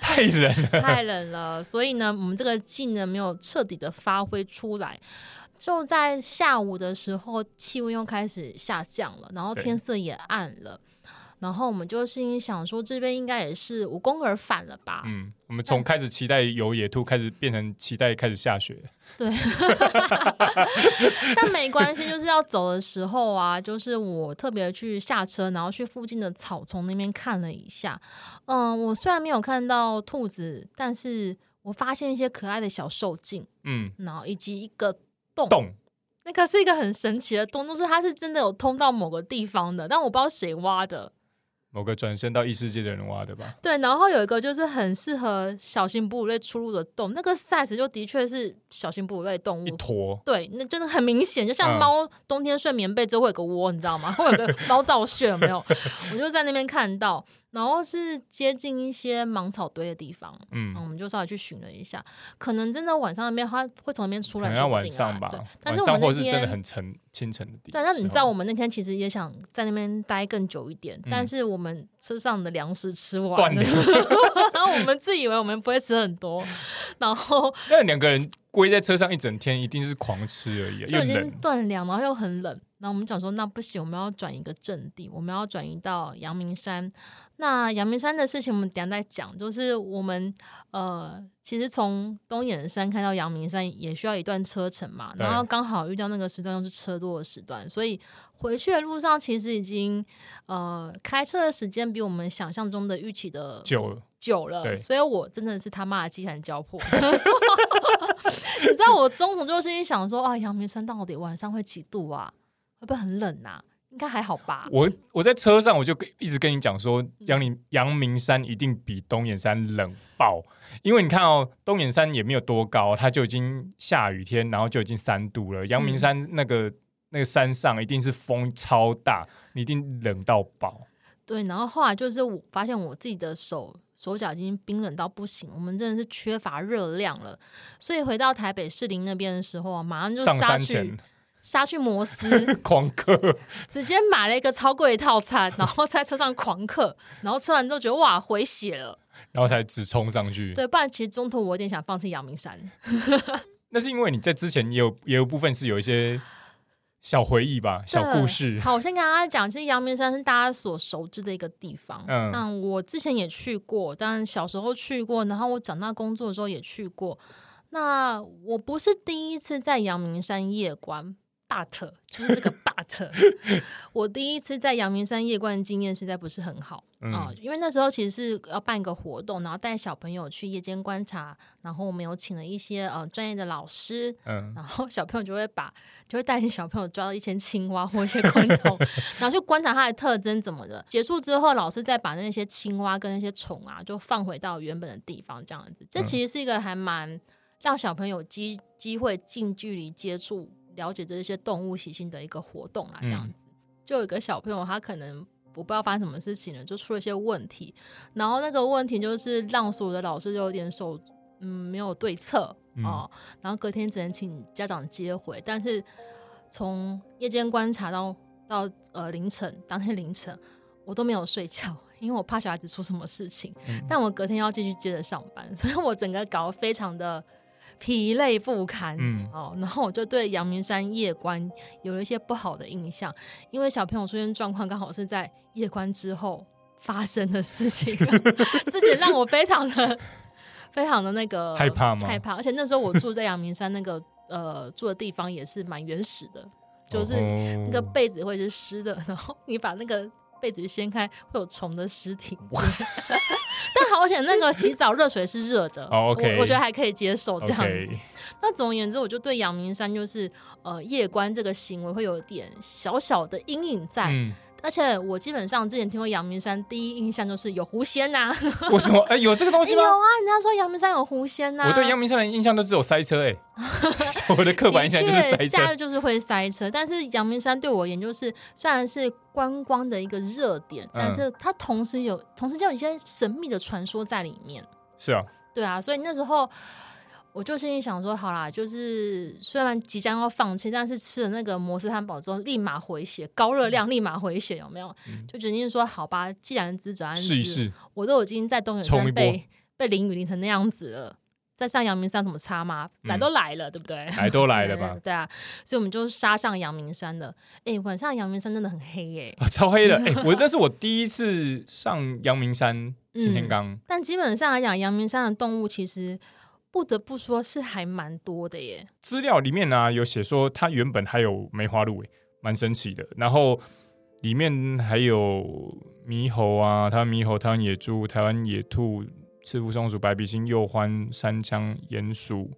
Speaker 2: 太冷 (laughs) 了。
Speaker 1: 太冷了，所以呢，我们这个技能没有彻底的发挥出来。就在下午的时候，气温又开始下降了，然后
Speaker 2: 对
Speaker 1: 天色也暗了，然后我们就心里想说，这边应该也是无功而返了吧？
Speaker 2: 嗯，我们从开始期待有野兔，开始变成期待开始下雪。
Speaker 1: (laughs) 但没关系，就是要走的时候啊，就是我特别去下车，然后去附近的草丛那边看了一下。嗯，我虽然没有看到兔子，但是我发现一些可爱的小兽径，
Speaker 2: 嗯，
Speaker 1: 然后以及一个
Speaker 2: 洞
Speaker 1: 那个是一个很神奇的洞，就是它是真的有通到某个地方的，但我不知道谁挖的。
Speaker 2: 某个转身到异世界的人挖的吧？
Speaker 1: 对，然后有一个就是很适合小型哺乳类出入的洞，那个 size 就的确是小型哺乳类动
Speaker 2: 一
Speaker 1: 物。
Speaker 2: 坨，
Speaker 1: 对，那真的很明显，就像
Speaker 2: 嗯
Speaker 1: 猫冬天睡棉被之后会有个窝，你知道吗？会有
Speaker 2: (laughs)
Speaker 1: 个猫造穴，有没有？我就在那边看到，然后是接近一些芒草堆的地方，嗯，我
Speaker 2: 嗯，
Speaker 1: 们就稍微去寻了一下，可能真的晚上那边它会从那边出
Speaker 2: 可
Speaker 1: 来，
Speaker 2: 能
Speaker 1: 说
Speaker 2: 要
Speaker 1: 不
Speaker 2: 晚
Speaker 1: 定啊
Speaker 2: 上
Speaker 1: 对
Speaker 2: 吧，
Speaker 1: 但
Speaker 2: 晚
Speaker 1: 是我
Speaker 2: 上
Speaker 1: 们
Speaker 2: 或
Speaker 1: 那
Speaker 2: 是真的
Speaker 1: 天
Speaker 2: 很沉清晨的地
Speaker 1: 对，
Speaker 2: 方。
Speaker 1: 那你知道我们那天其实也想在那边待更久一点，但是我们车上的粮食吃完
Speaker 2: 断
Speaker 1: 了，
Speaker 2: 粮
Speaker 1: 然后我们自以为我们不会吃很多，然后
Speaker 2: (laughs) 那两个人归在车上一整天，一定是狂吃而已，啊
Speaker 1: 就
Speaker 2: 又
Speaker 1: 已经
Speaker 2: 冷。
Speaker 1: 断粮，然后又很冷，然后我们讲说那不行，我们要转一个阵地，我们要转移到阳明山。那阳明山的事情我们等一下再讲，就是我们呃，其实从东眼山看到阳明山也需要一段车程嘛，
Speaker 2: 对
Speaker 1: 然后刚好遇到那个时段又是车多的时段，所以回去的路上其实已经呃，开车的时间比我们想象中的预期的
Speaker 2: 久了，
Speaker 1: 久了，
Speaker 2: 对
Speaker 1: 所以我真的是他妈的饥寒交迫。你 (laughs) 知道我中途就心里想说啊，阳明山到底晚上会几度啊？会不会很冷啊？应该还好嗯吧。
Speaker 2: 我我在车上我就跟一直跟你讲说，阳明阳明山一定比东眼山冷爆，因为你看哦，东眼山也没有多高，它就已经下雨天，然后就已经三度了。阳明山那个、那个山上一定是风超大，你一定冷到爆。
Speaker 1: 对，然后后来就是我发现我自己的手手脚已经冰冷到不行，我们真的是缺乏热量了。所以回到台北士林那边的时候啊，马上就
Speaker 2: 上
Speaker 1: 杀
Speaker 2: 山
Speaker 1: 去
Speaker 2: 前
Speaker 1: 杀去摩斯， (laughs)
Speaker 2: 狂咳，
Speaker 1: 直接买了一个超贵的套餐，然后在车上狂嗑，然后吃完之后觉得哇回血了。
Speaker 2: 然后才直冲上去。
Speaker 1: 对，不然其实中途我有点想放弃阳明山。
Speaker 2: 那是因为你在之前也有也有部分是有一些小回忆吧，小故事。
Speaker 1: 好，我先跟大家讲，其实阳明山是大家所熟知的一个地方。嗯，
Speaker 2: 嗯
Speaker 1: 那我之前也去过，但小时候去过，然后我长大工作的时候也去过。那我不是第一次在阳明山夜观，but 就是
Speaker 2: (laughs)
Speaker 1: 这个 but，我第一次在阳明山夜观的经验实在不是很好。
Speaker 2: 嗯，
Speaker 1: 啊、因为那时候其实是要办一个活动，然后带小朋友去夜间观察，然后我们有请了一些呃专业的老师，
Speaker 2: 嗯，
Speaker 1: 然后小朋友就会把就会带领小朋友抓到一些青蛙或一些昆
Speaker 2: (laughs)
Speaker 1: 虫，然后去观察它的特征怎么的。结束之后，老师再把那些青蛙跟那些虫啊，就放回到原本的地方，这样子。这
Speaker 2: 嗯
Speaker 1: 其实是一个还蛮让小朋友有机机会近距离接触、了解这些动物习性的一个活动啊啦，这样
Speaker 2: 嗯
Speaker 1: 子。就有一个小朋友，他可能。我不知道发生什么事情了，就出了一些问题，然后那个问题就是让所有的老师都有点手，嗯，没有对策、
Speaker 2: 嗯
Speaker 1: 哦，然后隔天只能请家长接回。但是从夜间观察到到呃凌晨，当天凌晨我都没有睡觉，因为我怕小孩子出什么事情。
Speaker 2: 嗯
Speaker 1: 但我隔天要继续接着上班，所以我整个搞得非常的疲累不堪。
Speaker 2: 嗯
Speaker 1: 哦，然后我就对阳明山夜观有了一些不好的印象，因为小朋友出现状况刚好是在夜观之后发生的事
Speaker 2: (laughs)
Speaker 1: 情，这点让我非常的。非常的那个
Speaker 2: 害怕吗
Speaker 1: 害怕，而且那时候我住在阳明山那个呃住的地方也是蛮原始的，就是
Speaker 2: 那
Speaker 1: 那个被子会是湿的，然后你把那个被子掀开，会有虫的尸体。 (laughs) 但好险，那个洗澡热水是热的，
Speaker 2: 哦，OK
Speaker 1: 我我觉得还可以接受这样子。
Speaker 2: OK，
Speaker 1: 那总而言之，我就对阳明山就是呃夜观这个行为会有点小小的阴影在，
Speaker 2: 嗯，
Speaker 1: 而且我基本上之前听过阳明山，第一印象就是有狐仙呐、
Speaker 2: (laughs) 为什么？哎、有这个东西
Speaker 1: (laughs) 有
Speaker 2: 吗？
Speaker 1: 啊，人家说阳明山有狐仙呐、
Speaker 2: 我对阳明山的印象都只有
Speaker 1: (laughs)
Speaker 2: 塞车、哎，我的刻板印象就是
Speaker 1: 的确
Speaker 2: 塞
Speaker 1: 假日
Speaker 2: 车。
Speaker 1: 就是会塞车。但是阳明山对我而言，就是虽然是观光的一个热点，
Speaker 2: 嗯
Speaker 1: 但是它同时有，同时就有一些神秘的传说在里面。
Speaker 2: 是啊，
Speaker 1: 对啊，所以那时候我就心里想说，好啦，就是虽然即将要放弃，但是吃了那个摩斯汉堡之后，立马回血，高热量立马回血，有没有？
Speaker 2: 嗯
Speaker 1: 就决定说，好吧，既然知者安
Speaker 2: 试一
Speaker 1: 之 (laughs)
Speaker 2: 试。
Speaker 1: 我都已经在东远
Speaker 2: 冲一
Speaker 1: 山
Speaker 2: 波
Speaker 1: 被被淋雨淋成那样子了，再上阳明山怎么差吗？来都来了，对不对？
Speaker 2: 来哎都嗯 (laughs) 来
Speaker 1: (laughs)
Speaker 2: 了吧
Speaker 1: 对？对啊，所以我们就杀上阳明山了。哎，晚上阳明山真的很黑
Speaker 2: (laughs)
Speaker 1: 耶、
Speaker 2: 啊，超黑的！哎、我那是我第一次上阳明山，今天
Speaker 1: 嗯
Speaker 2: 刚、
Speaker 1: 但基本上来讲，阳明山的动物其实不得不说是还蛮多的耶。
Speaker 2: 资料里面呢、有写说，它原本还有梅花鹿、诶，欸蛮神奇的。然后里面还有猕猴啊，台湾猕猴、台湾野猪、台湾野兔、赤腹松鼠、白鼻星、鼬獾、山羌、鼹鼠、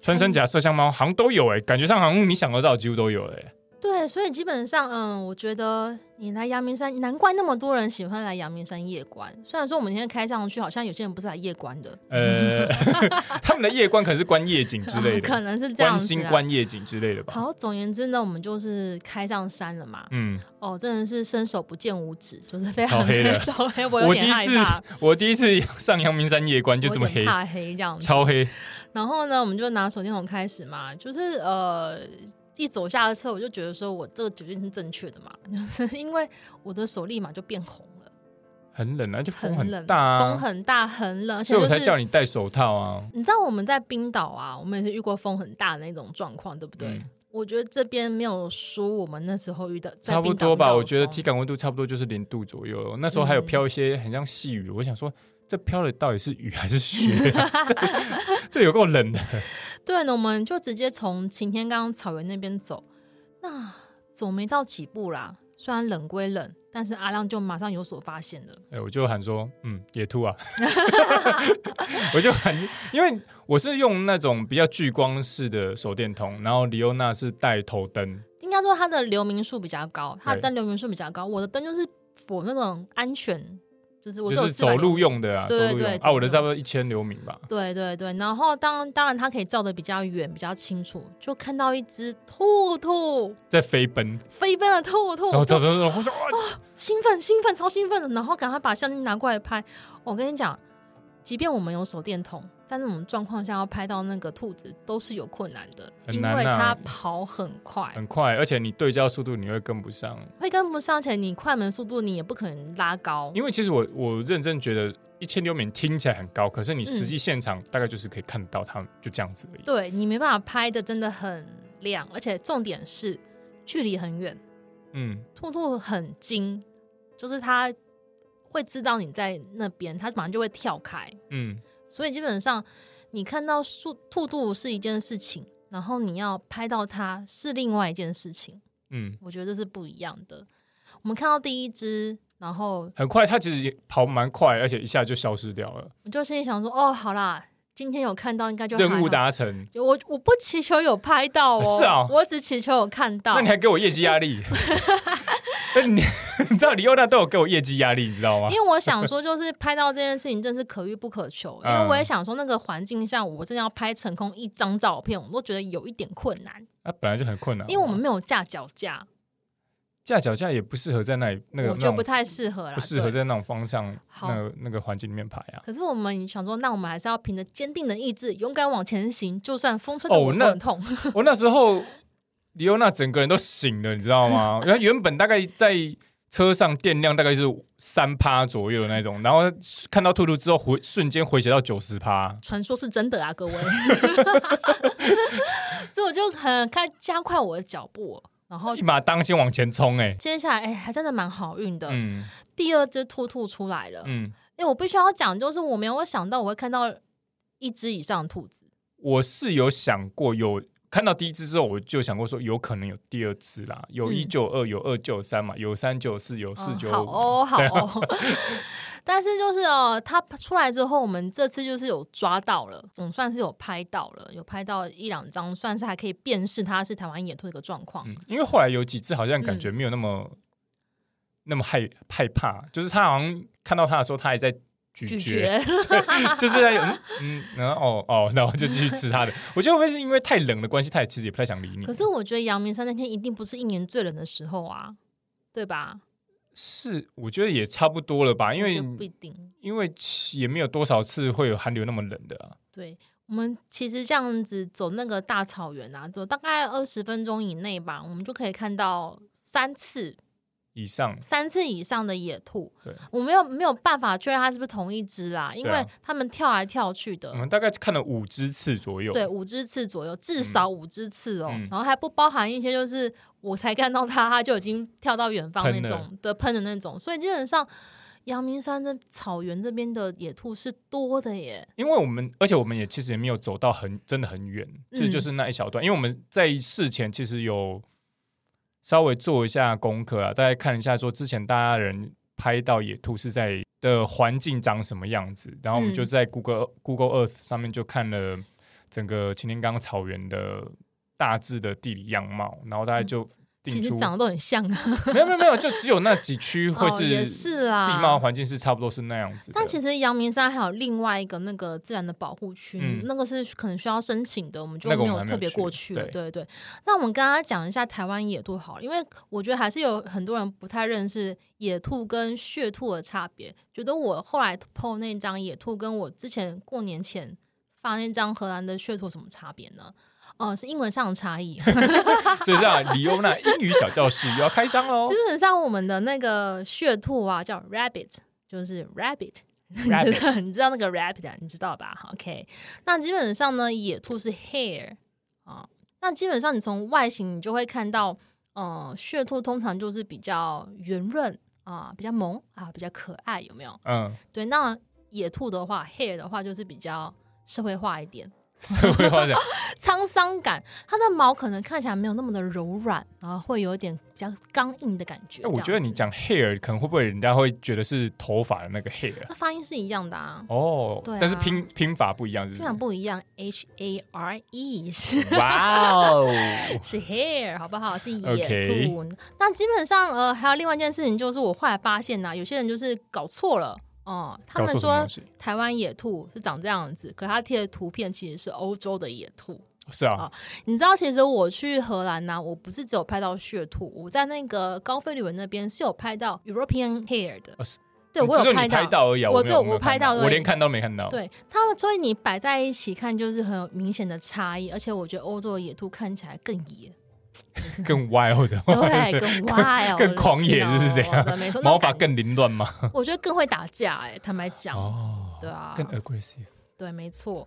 Speaker 2: 穿山甲、麝香猫，好像都有诶，欸感觉上好像你想得到几乎都有欸诶。
Speaker 1: 对，所以基本上，嗯，我觉得你来阳明山，难怪那么多人喜欢来阳明山夜观。虽然说我们今天开上去，好像有些人不是来夜观的， (laughs)
Speaker 2: 呃，他们的夜观可能是观夜景之类
Speaker 1: 可
Speaker 2: 的，
Speaker 1: 能是这样
Speaker 2: 观
Speaker 1: 子、
Speaker 2: 星
Speaker 1: 啊。
Speaker 2: 观夜景之类的吧。
Speaker 1: 好，总而言之呢，我们就是开上山了嘛。
Speaker 2: 嗯，
Speaker 1: 哦，真的是伸手不见五指，就是非常
Speaker 2: 超黑
Speaker 1: (laughs)
Speaker 2: 的
Speaker 1: 超黑，我有
Speaker 2: 我第
Speaker 1: 点
Speaker 2: 一
Speaker 1: 害
Speaker 2: 次
Speaker 1: 怕，
Speaker 2: 我第一次上阳明山夜观就这么
Speaker 1: 我有点
Speaker 2: 黑，
Speaker 1: 怕黑这样子。
Speaker 2: 超黑。
Speaker 1: 然后呢，我们就拿手电筒开始嘛，就是呃。一走下了车，我就觉得说我这个决定是正确的嘛， (laughs) 就是因为我的手立马就变红了，
Speaker 2: 很冷啊，就风
Speaker 1: 很冷，
Speaker 2: 大、啊，
Speaker 1: 风很大，很冷，而且
Speaker 2: 所以
Speaker 1: 就
Speaker 2: 我
Speaker 1: 是
Speaker 2: 才叫你戴手套啊。
Speaker 1: 你知道我们在冰岛啊，我们也是遇过风很大的那种状况，对不对？
Speaker 2: 嗯
Speaker 1: 我觉得这边没有输我们那时候遇到，在
Speaker 2: 差不
Speaker 1: 冰岛
Speaker 2: 多
Speaker 1: 遇
Speaker 2: 吧，
Speaker 1: 到
Speaker 2: 我
Speaker 1: 的
Speaker 2: 觉得
Speaker 1: 风嗯
Speaker 2: 体感温度差不多就是零度左右了。那时候还有飘一些很像细雨，我想说这飘的到底是雨还是雪、啊？
Speaker 1: (laughs)
Speaker 2: 这这有够冷的。
Speaker 1: 对呢，我们就直接从擎天岗草原那边走，那走没到几步啦，虽然冷归冷，但是阿亮就马上有所发现了。
Speaker 2: 哎、我就喊说，嗯，野兔啊， (laughs) 我就喊，因为我是用那种比较聚光式的手电筒，然后李欧娜是带头灯，
Speaker 1: 应该说它的流明数比较高，它的
Speaker 2: 对
Speaker 1: 灯流明数比较高，我的灯就是否那种安全，就是我是
Speaker 2: 就
Speaker 1: 有
Speaker 2: 是走
Speaker 1: 400
Speaker 2: 路用的啊，
Speaker 1: 对对
Speaker 2: 走路用
Speaker 1: 对
Speaker 2: 啊，我的
Speaker 1: 走
Speaker 2: 差
Speaker 1: 路
Speaker 2: 不多一千流明吧。
Speaker 1: 对对对，然后当当然它可以照的比较远，比较清楚，就看到一只兔兔
Speaker 2: 在飞奔，
Speaker 1: 飞奔的兔兔，
Speaker 2: 然后
Speaker 1: 就
Speaker 2: 走走走，我说哇，
Speaker 1: 兴奋兴奋超兴奋的，然后赶快把相机拿过来拍。我跟你讲，即便我们有手电筒，在那种状况下要拍到那个兔子都是有困难的，
Speaker 2: 很
Speaker 1: 因
Speaker 2: 难啊
Speaker 1: 为它跑很快，
Speaker 2: 很快，而且你对焦速度你会跟不上。
Speaker 1: 会跟不上，且你快门速度你也不可能拉高。
Speaker 2: 因为其实我我认真觉得一千流米听起来很高，可是你实际现场大概就是可以看到它们就这样子而已。
Speaker 1: 嗯对你没办法拍的真的很亮，而且重点是距离很远。
Speaker 2: 嗯，
Speaker 1: 兔兔很精，就是它会知道你在那边，它马上就会跳开。
Speaker 2: 嗯，
Speaker 1: 所以基本上你看到树兔兔是一件事情，然后你要拍到它是另外一件事情，
Speaker 2: 嗯，
Speaker 1: 我觉得这是不一样的。我们看到第一只，然后
Speaker 2: 很快，它其实也跑蛮快，而且一下就消失掉了，
Speaker 1: 我就心里想说，哦，好啦，今天有看到应该就还好
Speaker 2: 任务。达成。
Speaker 1: 我我不祈求有拍到哦，
Speaker 2: 是啊
Speaker 1: 我只祈求有看到。
Speaker 2: 那你还给我业绩
Speaker 1: (laughs)
Speaker 2: 压力？哎你 (laughs) 你知道李欧娜都有给我业绩压力，你知道吗 (laughs)
Speaker 1: 因？为我想说，就是拍到这件事情真是可遇不可求，因
Speaker 2: 嗯
Speaker 1: 为我也想说，那个环境下，我真的要拍成功一张照片，我都觉得有一点困难，
Speaker 2: 那、本来就很困难，
Speaker 1: 因为我们没有架脚架，
Speaker 2: 架脚架也不适合在那里那个
Speaker 1: 我
Speaker 2: 那
Speaker 1: 觉得
Speaker 2: 种
Speaker 1: 不太适合啦，
Speaker 2: 不适合
Speaker 1: 对。
Speaker 2: 在那种方向
Speaker 1: 好
Speaker 2: 那个那个环境里面排啊。
Speaker 1: 可是我们想说，那我们还是要凭着坚定的意志，勇敢往前行，就算风吹
Speaker 2: 哦
Speaker 1: 得我头
Speaker 2: 那
Speaker 1: 很痛。
Speaker 2: (laughs) 我那时候，李欧娜整个人都醒了，你知道
Speaker 1: (laughs)
Speaker 2: 吗？然后原本大概在车上电量大概是三趴左右的那种，然后看到兔兔之后回瞬间回血到九十趴，
Speaker 1: 传说是真的啊，各
Speaker 2: (laughs)
Speaker 1: 位。所以我就很开加快我的脚步，然后
Speaker 2: 一马当先往前冲、哎，
Speaker 1: 接下来，哎、还真的蛮好运的。
Speaker 2: 嗯
Speaker 1: 第二只兔兔出来了，
Speaker 2: 嗯，
Speaker 1: 因为我必须要讲，就是我没有想到我会看到一只以上的兔子，
Speaker 2: 我是有想过有。看到第一只之后，我就想过说有可能有第二只啦，有一
Speaker 1: 嗯
Speaker 2: 就有二，有二就有三嘛，有三就有四，有四就
Speaker 1: 哦
Speaker 2: 有
Speaker 1: 好
Speaker 2: 五。
Speaker 1: 哦，好
Speaker 2: 对啊
Speaker 1: 哦。 (laughs) 但是就是哦，它出来之后，我们这次就是有抓到了，总算是有拍到了，有拍到一两张，算是还
Speaker 2: 嗯
Speaker 1: 可以辨识它是台湾野兔的一个状况。嗯
Speaker 2: 嗯，因为后来有几只好像感觉没有那么那么害害怕，就是他好像看到他的时候，他还在咀
Speaker 1: 拒
Speaker 2: (laughs) 嚼，
Speaker 1: 绝
Speaker 2: 就是在嗯嗯，然后哦哦，然后就继续
Speaker 1: (laughs)
Speaker 2: 吃他的。我觉得会不会是因为太冷的关系，他也其实也不太想理
Speaker 1: (laughs)
Speaker 2: 你
Speaker 1: 可。是我觉得阳明山那天一定不是一年最冷的时候啊，对吧？
Speaker 2: 是，我觉得也差不多了吧，因
Speaker 1: 我
Speaker 2: 为
Speaker 1: 觉得不一定。
Speaker 2: 因为其也没有多少次会有寒流那么冷的啊、
Speaker 1: 对我们其实这样子走那个大草原啊，走大概二十分钟以内吧，我们就可以看到三次、
Speaker 2: 以上。
Speaker 1: 三次以上的野兔。
Speaker 2: 对，
Speaker 1: 我没有没有办法确认它是不是同一只啦，因
Speaker 2: 对啊嗯
Speaker 1: 为它们跳来跳去的。
Speaker 2: 我们大概看了五只次左右。
Speaker 1: 对，五只刺左右，至少五只刺哦，
Speaker 2: 嗯
Speaker 1: 然后还不包含一些就是我才看到它， (laughs) 它就已经跳到远方那
Speaker 2: 喷了
Speaker 1: 种的喷的那种，所以基本上阳明山的草原这边的野兔是多的耶。
Speaker 2: 因为我们，而且我们也其实也没有走到很真的很远，其
Speaker 1: 嗯
Speaker 2: 实就是那一小段。因为我们在事前其实有稍微做一下功课啊，大概看一下说之前大家人拍到野兔是在的环境长什么样子，然后我们
Speaker 1: 嗯
Speaker 2: 就在 Google、Google Earth 上面就看了整个擎天岗草原的大致的地理样貌，然后大概就
Speaker 1: 嗯其
Speaker 2: 定
Speaker 1: 实
Speaker 2: 出、
Speaker 1: 长得都很像啊，
Speaker 2: 没有没有没有，就只有那几
Speaker 1: (laughs)
Speaker 2: 区会
Speaker 1: 哦、也
Speaker 2: 是
Speaker 1: 是啦，
Speaker 2: 地貌环境是差不多是那样子的。
Speaker 1: 但其实阳明山还有另外一个那个自然的保护区，
Speaker 2: 嗯
Speaker 1: 那个是可能需要申请的，我们就
Speaker 2: 那个
Speaker 1: 没
Speaker 2: 我
Speaker 1: 有
Speaker 2: 们还没
Speaker 1: 特
Speaker 2: 有
Speaker 1: 别
Speaker 2: 去
Speaker 1: 过去了。
Speaker 2: 对
Speaker 1: 对对那我们刚刚讲一下台湾野兔好了，因为我觉得还是有很多人不太认识野兔跟血兔的差别。觉得我后来 PO 那张野兔跟我之前过年前发那张荷兰的血兔有什么差别呢？呃，是英文上的差
Speaker 2: (laughs)
Speaker 1: 异。 (laughs)
Speaker 2: 所以这样，李欧娜英语小教室又要开张喽
Speaker 1: 基。本上我们的那个血兔啊，叫 rabbit，就是 rabbit。你知道你知道那个 rabbit，啊你知道吧好？OK，那基本上呢，野兔是 hare 啊。那基本上你从外形你就会看到，呃，血兔通常就是比较圆润啊，比较萌啊，比较可爱，有没有？
Speaker 2: 嗯， (laughs)
Speaker 1: 对，那野兔的话，hare 的话就是比较社会化一点，
Speaker 2: 社会
Speaker 1: (laughs)
Speaker 2: 化讲，
Speaker 1: 沧桑感，它的毛可能看起来没有那么的柔软，然后会有一点比较刚硬的感觉。
Speaker 2: 哎，我
Speaker 1: 这
Speaker 2: 觉得
Speaker 1: 样
Speaker 2: 你
Speaker 1: 子
Speaker 2: 讲 hair 可能会不会人家会觉得是头发的那个 hair
Speaker 1: 那发音是一样的啊，
Speaker 2: 哦
Speaker 1: 对啊，
Speaker 2: 但是拼拼法不一样，是
Speaker 1: 非
Speaker 2: 不
Speaker 1: 常
Speaker 2: 是？
Speaker 1: 不一样。H A R E 是
Speaker 2: 哇哦，
Speaker 1: 是 hair 好不好？是野
Speaker 2: OK
Speaker 1: 兔。那基本上呃，还有另外一件事情，就是我后来发现啊呐、有些人就是搞错了哦、 (laughs) 他
Speaker 2: 搞
Speaker 1: 们
Speaker 2: 错什么
Speaker 1: 说
Speaker 2: 东西？
Speaker 1: 台湾野兔是长这样子，可他贴的图片其实是欧洲的野兔。
Speaker 2: 是啊，
Speaker 1: 你知道，其实我去荷兰呐、我不是只有拍到血兔，我在那个高飞吕文那边是有拍到 European hair 的。
Speaker 2: 哦是
Speaker 1: 对，我
Speaker 2: 只
Speaker 1: 有
Speaker 2: 你拍
Speaker 1: 到
Speaker 2: 而已啊，
Speaker 1: 我
Speaker 2: 我
Speaker 1: 只
Speaker 2: 没
Speaker 1: 有
Speaker 2: 有没有
Speaker 1: 我拍到而已
Speaker 2: 我连看都没看到。
Speaker 1: 对它们，所以你摆在一起看就是很有明显的差异，而且我觉得欧洲的野兔看起来更
Speaker 2: (laughs)
Speaker 1: 野，
Speaker 2: 更
Speaker 1: (laughs)
Speaker 2: wild，(laughs)
Speaker 1: 对，更 wild，
Speaker 2: 更狂野
Speaker 1: 了
Speaker 2: 就是这样
Speaker 1: 对没错，那
Speaker 2: 毛
Speaker 1: 种
Speaker 2: 发
Speaker 1: 感觉
Speaker 2: 更凌乱吗？
Speaker 1: 我觉得更会打架哎、坦白讲，
Speaker 2: 哦，
Speaker 1: 对啊，
Speaker 2: 更 aggressive，
Speaker 1: 对，没错。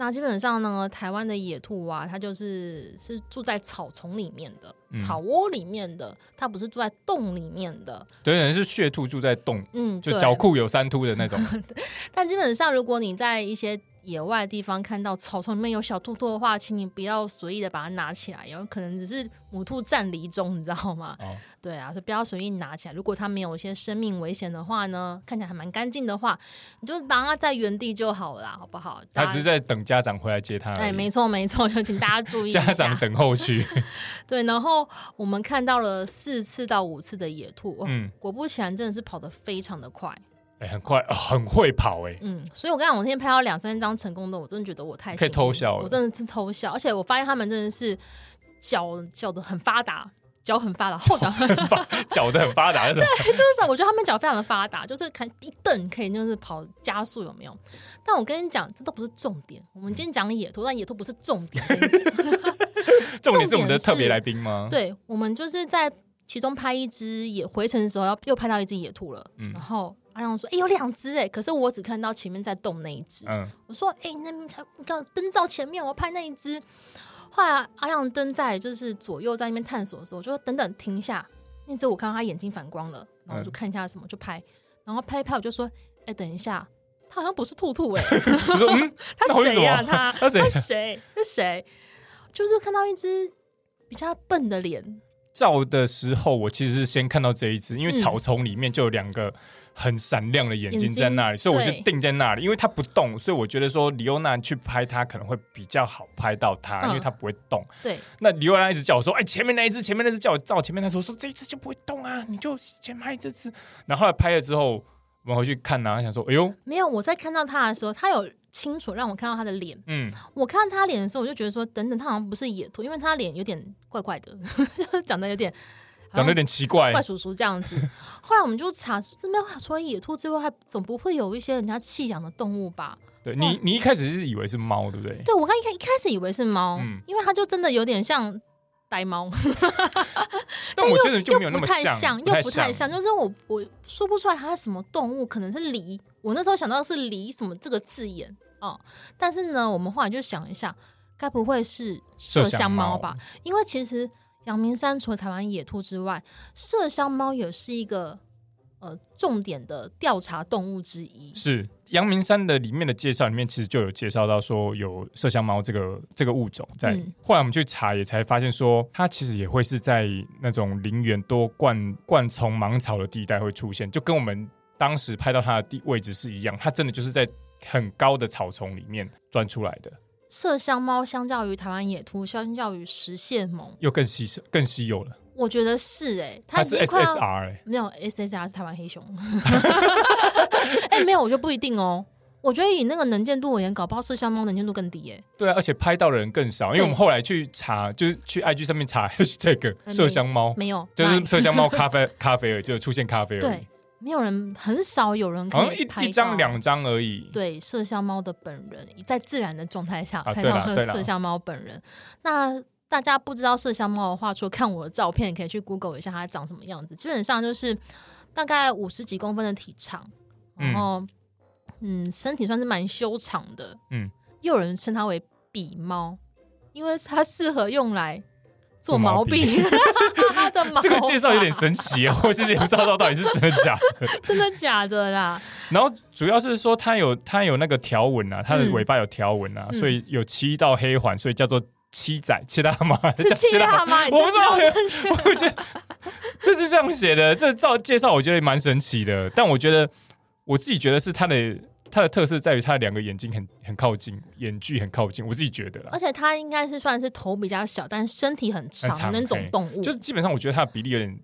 Speaker 1: 那基本上呢，台湾的野兔啊，它就是是住在草丛里面的、
Speaker 2: 嗯
Speaker 1: 草窝里面的，它不是住在洞里面的。
Speaker 2: 对，人是血兔住在洞，
Speaker 1: 嗯，
Speaker 2: 就
Speaker 1: 对
Speaker 2: 脚裤有三凸的
Speaker 1: (laughs)
Speaker 2: 那种，
Speaker 1: 但基本上，如果你在一些野外地方看到草丛里面有小兔兔的话，请你不要随意的把它拿起来，有可能只是母兔占离中，你知道吗？
Speaker 2: 哦
Speaker 1: (laughs) 对啊，所以不要随意拿起来。如果它没有一些生命危险的话呢，看起来还蛮干净的话，你就让它在原地就好了啦，好不好？
Speaker 2: 他
Speaker 1: 大家
Speaker 2: 只是在等家长回来接他而已。
Speaker 1: 哎，没错没错，有请大家注意一下。
Speaker 2: 家长等候区，
Speaker 1: (laughs) 对，然后我们看到了四次到五次的野兔，哦
Speaker 2: 嗯，
Speaker 1: 果不其然真的是跑得非常的快，
Speaker 2: 哎，很快，哦很会跑，哎，
Speaker 1: 嗯，所以我刚才我那天拍到两三张成功的，我真的觉得我太
Speaker 2: 可以
Speaker 1: 幸运
Speaker 2: 偷笑了
Speaker 1: 我真的是偷笑，而且我发现他们真的是脚脚的很发达。脚很发达，后脚就是
Speaker 2: 脚的很
Speaker 1: (laughs)
Speaker 2: 发达，是吧？
Speaker 1: 我觉得他们脚非常的发达，就是看一蹬可以就是跑加速有没有？但我跟你讲，这都不是重点。我们今天讲
Speaker 2: 嗯
Speaker 1: 野兔，但野兔不是重
Speaker 2: (laughs)
Speaker 1: 点。我跟你讲
Speaker 2: (laughs) 重点是我们
Speaker 1: 重点
Speaker 2: 的
Speaker 1: 是
Speaker 2: 特别来宾吗？
Speaker 1: 对，我们就是在其中拍一只野回程的时候，要又拍到一只野兔了。
Speaker 2: 嗯
Speaker 1: 然后阿亮说：“哎、有两只哎，可是我只看到前面在动那一只。
Speaker 2: 嗯，
Speaker 1: 我说：“哎、那边才你看灯照前面，我要拍那一只。”后来阿亮灯在就是左右在那边探索的时候，我就说：“等等，停一下。”那只我看到他眼睛反光了，然
Speaker 2: 嗯
Speaker 1: 后我就看一下什么就拍，然后拍一拍我就说：“哎、等一下，它好像不是兔
Speaker 2: (laughs)
Speaker 1: 兔哎、
Speaker 2: 我说嗯，那
Speaker 1: 他
Speaker 2: 为
Speaker 1: 谁呀、
Speaker 2: 什么
Speaker 1: 他
Speaker 2: 那谁
Speaker 1: 他谁？他谁？就是看到一只比较笨的脸，
Speaker 2: 照的时候，我其实是先看到这一只，因为
Speaker 1: 嗯
Speaker 2: 草丛里面就有两个很闪亮的眼
Speaker 1: 眼
Speaker 2: 睛在
Speaker 1: 睛
Speaker 2: 那里，所以我就
Speaker 1: 对
Speaker 2: 定在那里，因为它不动，所以我觉得说李欧娜去拍它可能会比较好拍到它，
Speaker 1: 嗯
Speaker 2: 因为它不会动。
Speaker 1: 对，
Speaker 2: 那李欧娜一直叫我说：“哎，前面那一只，前面那只叫我照前面那只。”我说：“这一只就不会动啊，你就先拍这只。”然后后来拍了之后，我们回去看啊，想说：“哎呦，
Speaker 1: 没有我在看到他的时候，他有清楚让我看到他的脸。
Speaker 2: 嗯，
Speaker 1: 我看到他脸的时候，我就觉得说，等等，他好像不是野兔，因为他脸有点怪怪的， (laughs) 就是长得有点
Speaker 2: 长得有点奇怪。
Speaker 1: 怪叔叔这样子。后来我们就查，这边除了野兔之外，还总不会有一些人家弃养的动物吧？
Speaker 2: 对你，你一开始是以为是猫，对不对？
Speaker 1: 对我刚一开一开始以为是猫，
Speaker 2: 嗯
Speaker 1: 因为它就真的有点像呆猫，
Speaker 2: 但我觉得就没
Speaker 1: 又
Speaker 2: 有
Speaker 1: 不
Speaker 2: 那么
Speaker 1: 太
Speaker 2: 像，
Speaker 1: 又不太像，就是我我说不出来它是什么动物，可能是狸。我那时候想到是狸什么这个字眼哦，但是呢，我们后来就想一下，该不会是麝香猫吧？因为其实阳明山除了台湾野兔之外，麝香猫也是一个呃重点的调查动物之一。
Speaker 2: 是阳明山的里面的介绍里面，其实就有介绍到说有麝香猫这个这个物种在。
Speaker 1: 嗯
Speaker 2: 后来我们去查，也才发现说它其实也会是在那种林园多灌灌丛芒草的地带会出现，就跟我们当时拍到它的地位置是一样，它真的就是在很高的草丛里面钻出来的，
Speaker 1: 麝香猫相较于台湾野兔，相较于食蟹獴，
Speaker 2: 又更稀少更稀有了。
Speaker 1: 我觉得是哎、它
Speaker 2: 它
Speaker 1: 已
Speaker 2: 是
Speaker 1: 经快要
Speaker 2: SSR 哎、
Speaker 1: 没有 SSR 是台湾黑熊， (laughs) 哎、没有，我觉得不一定哦。我觉得以那个能见度而言，搞不好麝香猫能见度更低耶、
Speaker 2: 对啊，而且拍到的人更少，因为
Speaker 1: 对
Speaker 2: 我们后来去查，就是去 IG 上面查 (laughs) hashtag
Speaker 1: 嗯
Speaker 2: 麝香猫，
Speaker 1: 没有，
Speaker 2: 就是
Speaker 1: 哪
Speaker 2: 麝
Speaker 1: (laughs)
Speaker 2: 香猫咖啡咖啡而已，就出现咖啡而已。
Speaker 1: 对，没有人，很少有人
Speaker 2: 好
Speaker 1: 可
Speaker 2: 像
Speaker 1: 以
Speaker 2: 一
Speaker 1: 拍
Speaker 2: 一张
Speaker 1: 到
Speaker 2: 两张而已。
Speaker 1: 对麝香猫的本人，在自然的状态下
Speaker 2: 啊
Speaker 1: 看
Speaker 2: 对
Speaker 1: 到
Speaker 2: 啦对啦
Speaker 1: 麝香猫本人。那大家不知道麝香猫的话，除了看我的照片，可以去 Google 一下它长什么样子。基本上就是大概五十几公分的体长，然
Speaker 2: 嗯
Speaker 1: 后嗯身体算是蛮修长的。
Speaker 2: 嗯，
Speaker 1: 也有人称它为笔猫，因为它适合用来做
Speaker 2: 做毛
Speaker 1: 毛
Speaker 2: 笔 (laughs)
Speaker 1: 笔。它的毛
Speaker 2: 这个介绍有点
Speaker 1: 发
Speaker 2: 神奇耶，我其实也不知道到底是真的假的。
Speaker 1: 真的假的
Speaker 2: (laughs)
Speaker 1: 啦？
Speaker 2: 然后主要是说它有它有那个条纹啊，它的
Speaker 1: 嗯
Speaker 2: 尾巴有条纹啊，
Speaker 1: 嗯
Speaker 2: 所以有七道黑环，所以叫做七仔七大妈。
Speaker 1: 是
Speaker 2: 叫
Speaker 1: 气
Speaker 2: 大
Speaker 1: 辣吗？你
Speaker 2: 我不
Speaker 1: 真
Speaker 2: 知
Speaker 1: 的
Speaker 2: 道
Speaker 1: 要正确
Speaker 2: 妈，我觉得这是这样写的，这照介绍我觉得蛮神奇的，但我觉得我自己觉得是它的。它的特色在于它的两个眼睛很很靠近，眼距很靠近，我自己觉得啦
Speaker 1: 而。且它应该是算是头比较小，但身体很长
Speaker 2: 很长
Speaker 1: 的那种
Speaker 2: 嘿
Speaker 1: 动物。
Speaker 2: 就是基本上我觉得它的比例有点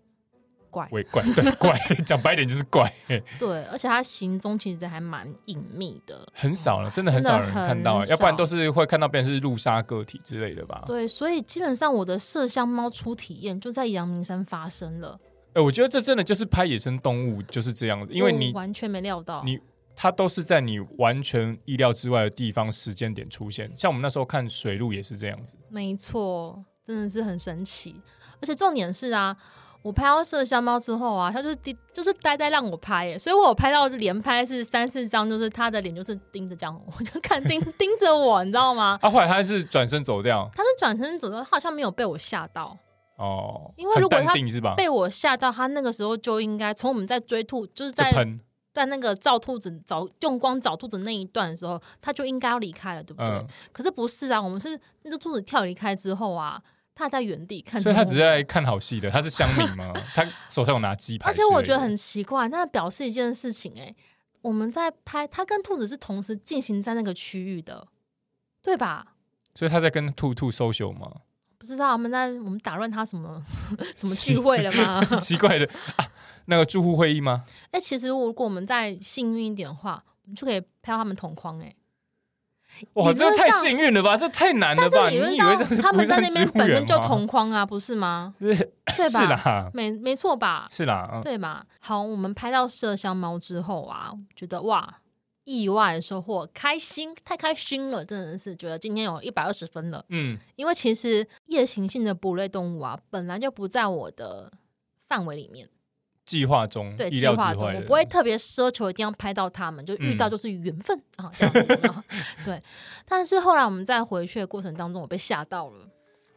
Speaker 1: 怪
Speaker 2: 微怪， (laughs) 对怪，讲白一点就是怪。 (laughs) 嘿
Speaker 1: 对，而且它行踪其实还蛮隐秘的。
Speaker 2: 很少了，真的很少有人看到、
Speaker 1: 真的很少
Speaker 2: 要不然都是会看到变成是入沙个体之类的吧。
Speaker 1: 对，所以基本上我的麝香猫初体验就在阳明山发生了，
Speaker 2: 哎、我觉得这真的就是拍野生动物就是这样子，因为
Speaker 1: 我
Speaker 2: 你
Speaker 1: 完全没料到。
Speaker 2: 你它都是在你完全意料之外的地方、时间点出现。像我们那时候看水鹿也是这样子，
Speaker 1: 没错，真的是很神奇。而且重点是啊，我拍到麝香猫之后啊，它就是滴，就是呆呆让我拍耶，所以我有拍到连拍是三四张，就是它的脸就是盯着这样，我就看盯 (laughs) 盯着我，你知道吗？
Speaker 2: 啊，后来它是转身走掉
Speaker 1: 它是转身走掉，它好像没有被我吓到。
Speaker 2: 哦，
Speaker 1: 因为如果
Speaker 2: 很
Speaker 1: 它
Speaker 2: 淡定是吧？
Speaker 1: 被我吓到，他那个时候就应该从我们在追兔，就是
Speaker 2: 就
Speaker 1: 在
Speaker 2: 喷，
Speaker 1: 在那个照兔子找用光找兔子那一段的时候，他就应该要离开了，对不对？
Speaker 2: 嗯，
Speaker 1: 可是不是啊，我们是那只兔子跳离开之后啊，它还在原地看着我
Speaker 2: 所以
Speaker 1: 们，
Speaker 2: 他只是来看好戏的，他是乡民
Speaker 1: (laughs)
Speaker 2: 嘛，他手上有拿鸡排
Speaker 1: 而
Speaker 2: 之
Speaker 1: 且
Speaker 2: 类的，
Speaker 1: 我觉得很奇怪，那表示一件事情、欸，我们在拍，它跟兔子是同时进行在那个区域的，对吧？
Speaker 2: 所以他在跟兔兔 social 嘛，
Speaker 1: 不知道我们在我们打乱它什
Speaker 2: (laughs)
Speaker 1: 么什么聚会了吗？ (laughs)
Speaker 2: 奇怪的啊，那个住户会议吗？
Speaker 1: 哎、其实如果我们再幸运一点的话，我们就可以拍到他们同框哎、
Speaker 2: 哇，
Speaker 1: 理
Speaker 2: 这
Speaker 1: 论
Speaker 2: 太
Speaker 1: 上
Speaker 2: 幸运了吧！这太难了吧！
Speaker 1: 但是理论
Speaker 2: 你以为
Speaker 1: 上
Speaker 2: 这是
Speaker 1: 他们在那边本身就
Speaker 2: 同
Speaker 1: 同框啊，不是
Speaker 2: (laughs)
Speaker 1: 吗？
Speaker 2: 是
Speaker 1: (laughs) 对吧
Speaker 2: 是啦，
Speaker 1: 没没错吧？
Speaker 2: 是啦，嗯
Speaker 1: 对吧？好，我们拍到麝香猫之后啊，觉得哇，意外收获，开心，太开心了，真的是觉得今天有一百二十分了。
Speaker 2: 嗯，
Speaker 1: 因为其实夜行性的哺乳类动物啊，本来就不在我的范围里面，
Speaker 2: 计划中，
Speaker 1: 对
Speaker 2: 意
Speaker 1: 计
Speaker 2: 料之
Speaker 1: 划中，
Speaker 2: 外
Speaker 1: 我
Speaker 2: 的，
Speaker 1: 不会特别奢求一定要拍到他们，就遇到
Speaker 2: 嗯
Speaker 1: 就是缘分、啊，这样子啊。对，但是后来我们在回去的过程当中，我被吓到了，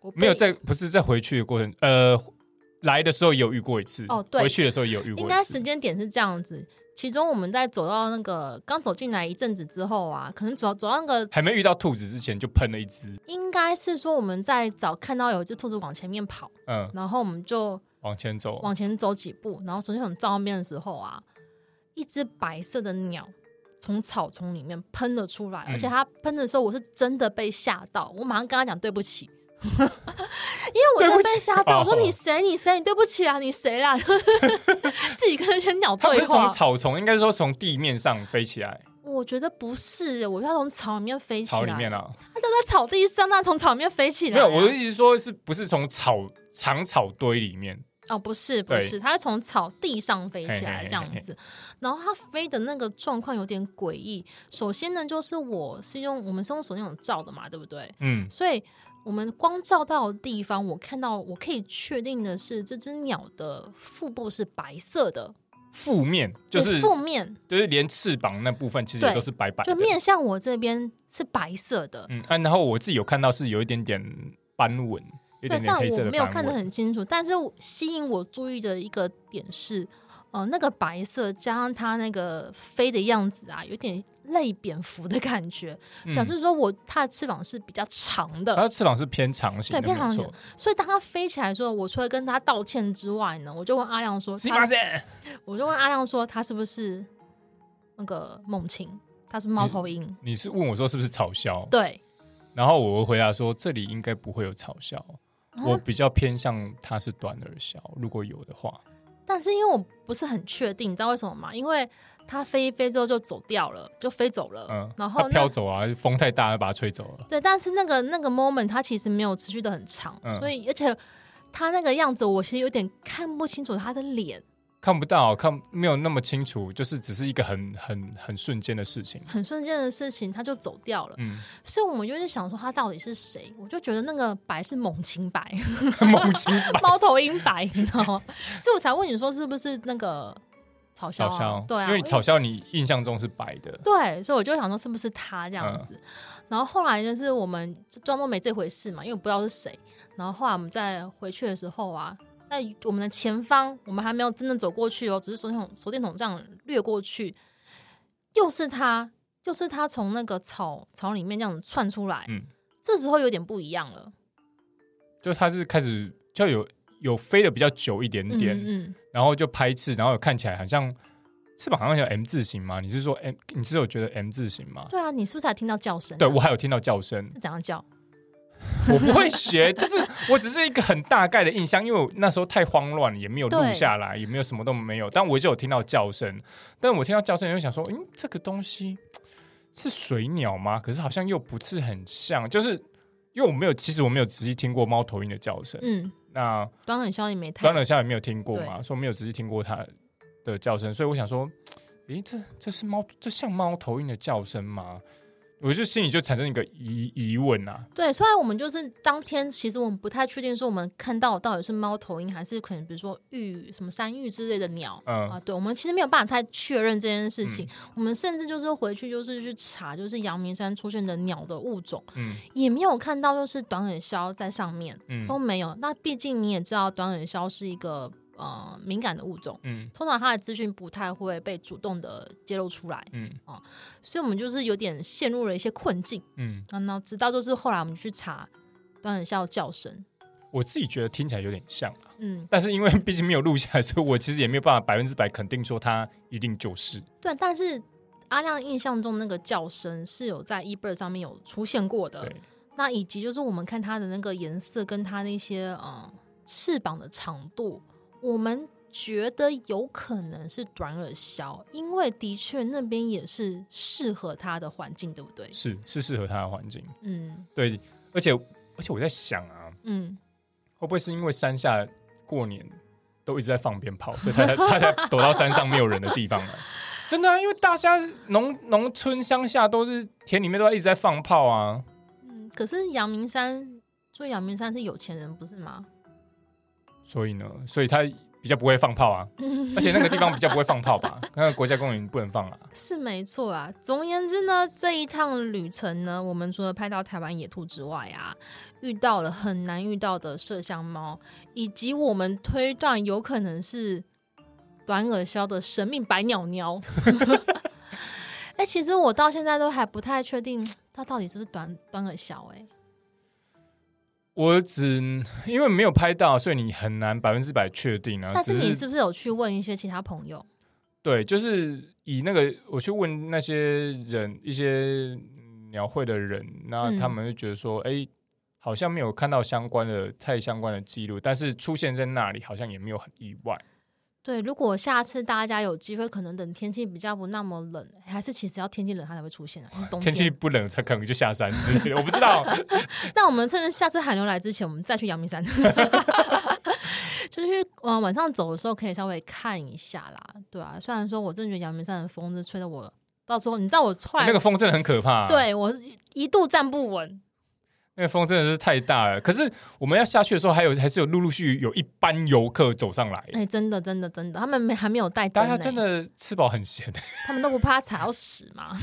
Speaker 1: 我被
Speaker 2: 没有在不是在回去的过程，呃，来的时候也有遇过一次，
Speaker 1: 哦对
Speaker 2: 回去的时候也有遇过一次，
Speaker 1: 应该时间点是这样子。其中我们在走到那个刚走进来一阵子之后啊，可能走到走到那个
Speaker 2: 还没遇到兔子之前就喷了一只，
Speaker 1: 应该是说我们在找看到有一只兔子往前面跑，
Speaker 2: 嗯，
Speaker 1: 然后我们就
Speaker 2: 往前走，
Speaker 1: 往前走几步，然后手电筒照面的时候啊，一只白色的鸟从草丛里面喷了出来，
Speaker 2: 嗯
Speaker 1: 而且它喷的时候，我是真的被吓到，我马上跟他讲对不起。 (laughs) 因为我真的被吓到，我
Speaker 2: 对不起
Speaker 1: 说
Speaker 2: 哦
Speaker 1: 你谁你谁你对不起啊 (laughs) 你谁啦，自己跟那些鸟
Speaker 2: 它不
Speaker 1: 对
Speaker 2: 是从
Speaker 1: 话。
Speaker 2: 草丛，应该是说从地面上飞起来，
Speaker 1: 我觉得不是，我觉得它从草里面飞起来，
Speaker 2: 草里面啊，
Speaker 1: 它都在草地上，那从草里面飞起来、啊
Speaker 2: 没有，我的意思说是不是从草长草堆里面，
Speaker 1: 哦，不是不
Speaker 2: 对
Speaker 1: 是，它是从草地上飞起
Speaker 2: 嘿嘿
Speaker 1: 来
Speaker 2: 嘿
Speaker 1: 这样子，然后它飞的那个状况有点诡异。首先呢，就是我是用我们是用手电筒照的嘛，对不对？
Speaker 2: 嗯，
Speaker 1: 所以我们光照到的地方，我看到我可以确定的是，这只鸟的腹部是白色的，
Speaker 2: 负面就是
Speaker 1: 对负面，
Speaker 2: 就是连翅膀那部分其实也
Speaker 1: 对
Speaker 2: 都是白白的，
Speaker 1: 就面向我这边是白色的。
Speaker 2: 嗯、啊，然后我自己有看到是有一点点斑纹，有
Speaker 1: 对
Speaker 2: 点，点
Speaker 1: 但
Speaker 2: 黑
Speaker 1: 我
Speaker 2: 色的
Speaker 1: 没有
Speaker 2: 斑
Speaker 1: 看得
Speaker 2: 纹，
Speaker 1: 很清楚，但是吸引我注意的一个点是，呃，那个白色加上它那个飞的样子啊，有点类蝙蝠的感觉，
Speaker 2: 嗯啊
Speaker 1: 表示说我它的翅膀是比较长的，
Speaker 2: 它的翅膀是偏长型的，
Speaker 1: 对偏长型
Speaker 2: 没有错。
Speaker 1: 所以当它飞起来的时候，我除了跟它道歉之外呢，我就问阿亮说，
Speaker 2: 是
Speaker 1: 它
Speaker 2: 吗？是
Speaker 1: 我就问阿亮说，它是不是那个猛禽？它是不是
Speaker 2: 嗯
Speaker 1: 猫头鹰？
Speaker 2: 你是问我说是不是草鸮？
Speaker 1: 对，
Speaker 2: 然后我回答说这里应该不会有草鸮，
Speaker 1: 啊
Speaker 2: 我比较偏向它是短耳鸮，如果有的话，
Speaker 1: 但是因为我不是很确定，你知道为什么吗？因为它飞一飞之后就走掉了，就飞走了，
Speaker 2: 嗯，
Speaker 1: 然后
Speaker 2: 它
Speaker 1: 哦那
Speaker 2: 飘走啊，风太大把它吹走了。
Speaker 1: 对，但是那个那个 moment 它其实没有持续的很长，
Speaker 2: 嗯
Speaker 1: 所以而且他那个样子，我其实有点看不清楚他的脸，
Speaker 2: 看不到，看没有那么清楚，就是只是一个很很很瞬间的事情。
Speaker 1: 很瞬间的事情他就走掉了，
Speaker 2: 嗯，
Speaker 1: 所以我们就在想说他到底是谁，我就觉得那个白是猛禽白，
Speaker 2: (laughs) 猛禽白，
Speaker 1: 猫头鹰白，你知道吗？所以我才问你说是不是那个草鸮、
Speaker 2: 草
Speaker 1: 啊
Speaker 2: 鸮，？
Speaker 1: 对啊，
Speaker 2: 因为你草鸮你印象中是白的，
Speaker 1: 对，所以我就想说是不是他这
Speaker 2: 嗯
Speaker 1: 样子。然后后来就是我们就装作没这回事嘛，因为我不知道是谁。然后后来我们再回去的时候啊，在我们的前方，我们还没有真的走过去哦，只是手电筒手电筒这样掠过去，又是他，就是他从那个草草里面这样窜出来。
Speaker 2: 嗯
Speaker 1: 这时候有点不一样了，
Speaker 2: 就它是开始就有有飞的比较久一点
Speaker 1: 嗯
Speaker 2: 点，
Speaker 1: 嗯，
Speaker 2: 然后就拍翅，然后有看起来好像翅膀好像有 M 字形吗？你是说 M？你是有觉得 M 字形吗？
Speaker 1: 对啊，你是不是还听到叫声？
Speaker 2: 对，我还有听到叫声，
Speaker 1: 是怎样叫？
Speaker 2: 我不会学，就是我只是一个很大概的印象，因为我那时候太慌乱了，也没有录
Speaker 1: 对
Speaker 2: 下来，也没有什么都没有，但我就有听到叫声，但我听到叫声，就想说，嗯，这个东西是水鸟吗？可是好像又不是很像，就是因为我没有，其实我没有仔细听过猫头鹰的叫声，
Speaker 1: 嗯，
Speaker 2: 那
Speaker 1: 短很消你没太
Speaker 2: 端了下也没有听过嘛，所以我没有仔细听过它的叫声，所以我想说，诶，这这是猫，这像猫头鹰的叫声吗？我就心里就产生一个疑疑问啊，
Speaker 1: 对，虽然我们就是当天，其实我们不太确定说我们看到到底是猫头鹰还是可能比如说鹬、什么山鹬之类的鸟、
Speaker 2: 嗯、
Speaker 1: 啊。对，我们其实没有办法太确认这件事情。我们甚至就是回去就是去查，就是阳明山出现的鸟的物种，
Speaker 2: 嗯
Speaker 1: 也没有看到就是短耳鸮在上面
Speaker 2: 嗯
Speaker 1: 都没有。那毕竟你也知道，短耳鸮是一个呃敏感的物种，
Speaker 2: 嗯
Speaker 1: 通常它的资讯不太会被主动的揭露出来，
Speaker 2: 嗯。
Speaker 1: 所以我们就是有点陷入了一些困境。
Speaker 2: 嗯，
Speaker 1: 然后直到就是后来我们去查短吻笑叫声，
Speaker 2: 我自己觉得听起来有点像啊，
Speaker 1: 嗯，
Speaker 2: 但是因为毕竟没有录下来，所以我其实也没有办法百分之百肯定说它一定就是。
Speaker 1: 对。但是阿亮印象中那个叫声是有在 eBird 上面有出现过的
Speaker 2: 对，，
Speaker 1: 那以及就是我们看它的那个颜色跟它那些呃翅膀的长度，我们觉得有可能是短耳鸮，因为的确那边也是适合它的环境，对不对？
Speaker 2: 是是适合它的环境。
Speaker 1: 嗯
Speaker 2: 对，而且而且我在想啊，
Speaker 1: 嗯，
Speaker 2: 会不会是因为山下过年都一直在放鞭炮，所以它才它才躲到山上没有人的地方来？真的啊，因为大家农农村乡下都是田里面都一直在放炮啊。
Speaker 1: 嗯可是阳明山住阳明山是有钱人不是吗？
Speaker 2: 所以呢，所以他比比较不会放炮啊，而且那个地方比较不会放炮吧？那个国家公园不能放啊。
Speaker 1: 是没错啊。总而言之呢，这一趟旅程呢，我们除了拍到台湾野兔之外啊，遇到了很难遇到的麝香猫，以及我们推断有可能是短耳鸮的神秘白鸟鸟。 (laughs) 哎、其实我到现在都还不太确定它到底是不是短短耳鸮、哎，
Speaker 2: 我只因为没有拍到，所以你很难百分之百确定啊。
Speaker 1: 但是
Speaker 2: 只
Speaker 1: 你是不是有去问一些其他朋友？
Speaker 2: 对，就是以那个我去问那些人，一些鸟会的人，那
Speaker 1: 嗯
Speaker 2: 他们就觉得说，哎、好像没有看到相关的太相关的记录，但是出现在那里好像也没有很意外。
Speaker 1: 对，如果下次大家有机会，可能等天气比较不那么冷，还是其实要天气冷它才会出现啊。因为冬
Speaker 2: 天气不冷，它可能就下山之类的，我不
Speaker 1: (laughs)
Speaker 2: 知道。
Speaker 1: 那我们趁下次寒流来之前，我们再去阳
Speaker 2: (laughs)
Speaker 1: 明山， (laughs) 就是嗯、呃晚上走的时候可以稍微看一下啦，对啊。虽然说我真的觉得阳明山的风是吹得我，到时候你知道我后来、
Speaker 2: 那个风真的很可怕、，啊
Speaker 1: 对我是一度站不稳，
Speaker 2: 那个风真的是太大了。可是我们要下去的时候，还有还是有陆陆续续有一班游客走上来，
Speaker 1: 哎、真的真的真的，他们没还没有带灯、
Speaker 2: 大
Speaker 1: 呢，
Speaker 2: 家真的吃饱很闲。 (laughs)
Speaker 1: 他们都不怕踩到屎嘛。 (laughs)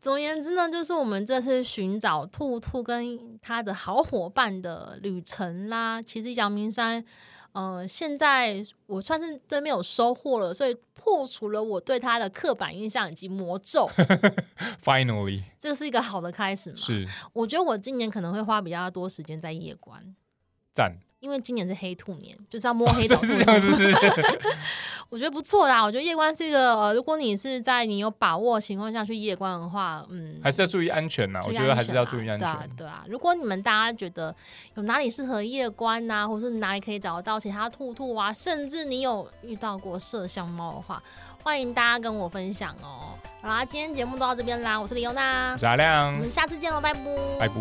Speaker 1: 总而言之呢，就是我们这次寻找兔兔跟他的好伙伴的旅程啦。其实阳明山，呃，现在我算是真没有收获了，所以破除了我对他的刻板印象以及魔
Speaker 2: (laughs)
Speaker 1: 咒，
Speaker 2: Finally，
Speaker 1: 这是一个好的开始嘛。，
Speaker 2: 是
Speaker 1: 我觉得我今年可能会花比较多时间在夜观，
Speaker 2: 赞，
Speaker 1: 因为今年是黑兔年，就是要摸黑
Speaker 2: (laughs) 是
Speaker 1: 找
Speaker 2: 不
Speaker 1: 兔
Speaker 2: 哦是这样？
Speaker 1: 兔。
Speaker 2: 是不是？
Speaker 1: (laughs) 我觉得不错啦，我觉得夜观是一个，呃，如果你是在你有把握的情况下去夜观的话，嗯，
Speaker 2: 还是要注意安全呐、啊
Speaker 1: 注
Speaker 2: 我
Speaker 1: 意
Speaker 2: 觉得还是要
Speaker 1: 安
Speaker 2: 注意
Speaker 1: 全
Speaker 2: 安
Speaker 1: 啊
Speaker 2: 全。
Speaker 1: 对啊，对啊。如果你们大家觉得有哪里适合夜观呐、或是哪里可以找得到其他兔兔啊，甚至你有遇到过麝香猫的话，欢迎大家跟我分享哦。好啦，今天节目都到这边啦，我是李优娜，
Speaker 2: 杂
Speaker 1: 我
Speaker 2: 亮
Speaker 1: 们，下次见喽，拜拜
Speaker 2: 啊拜拜。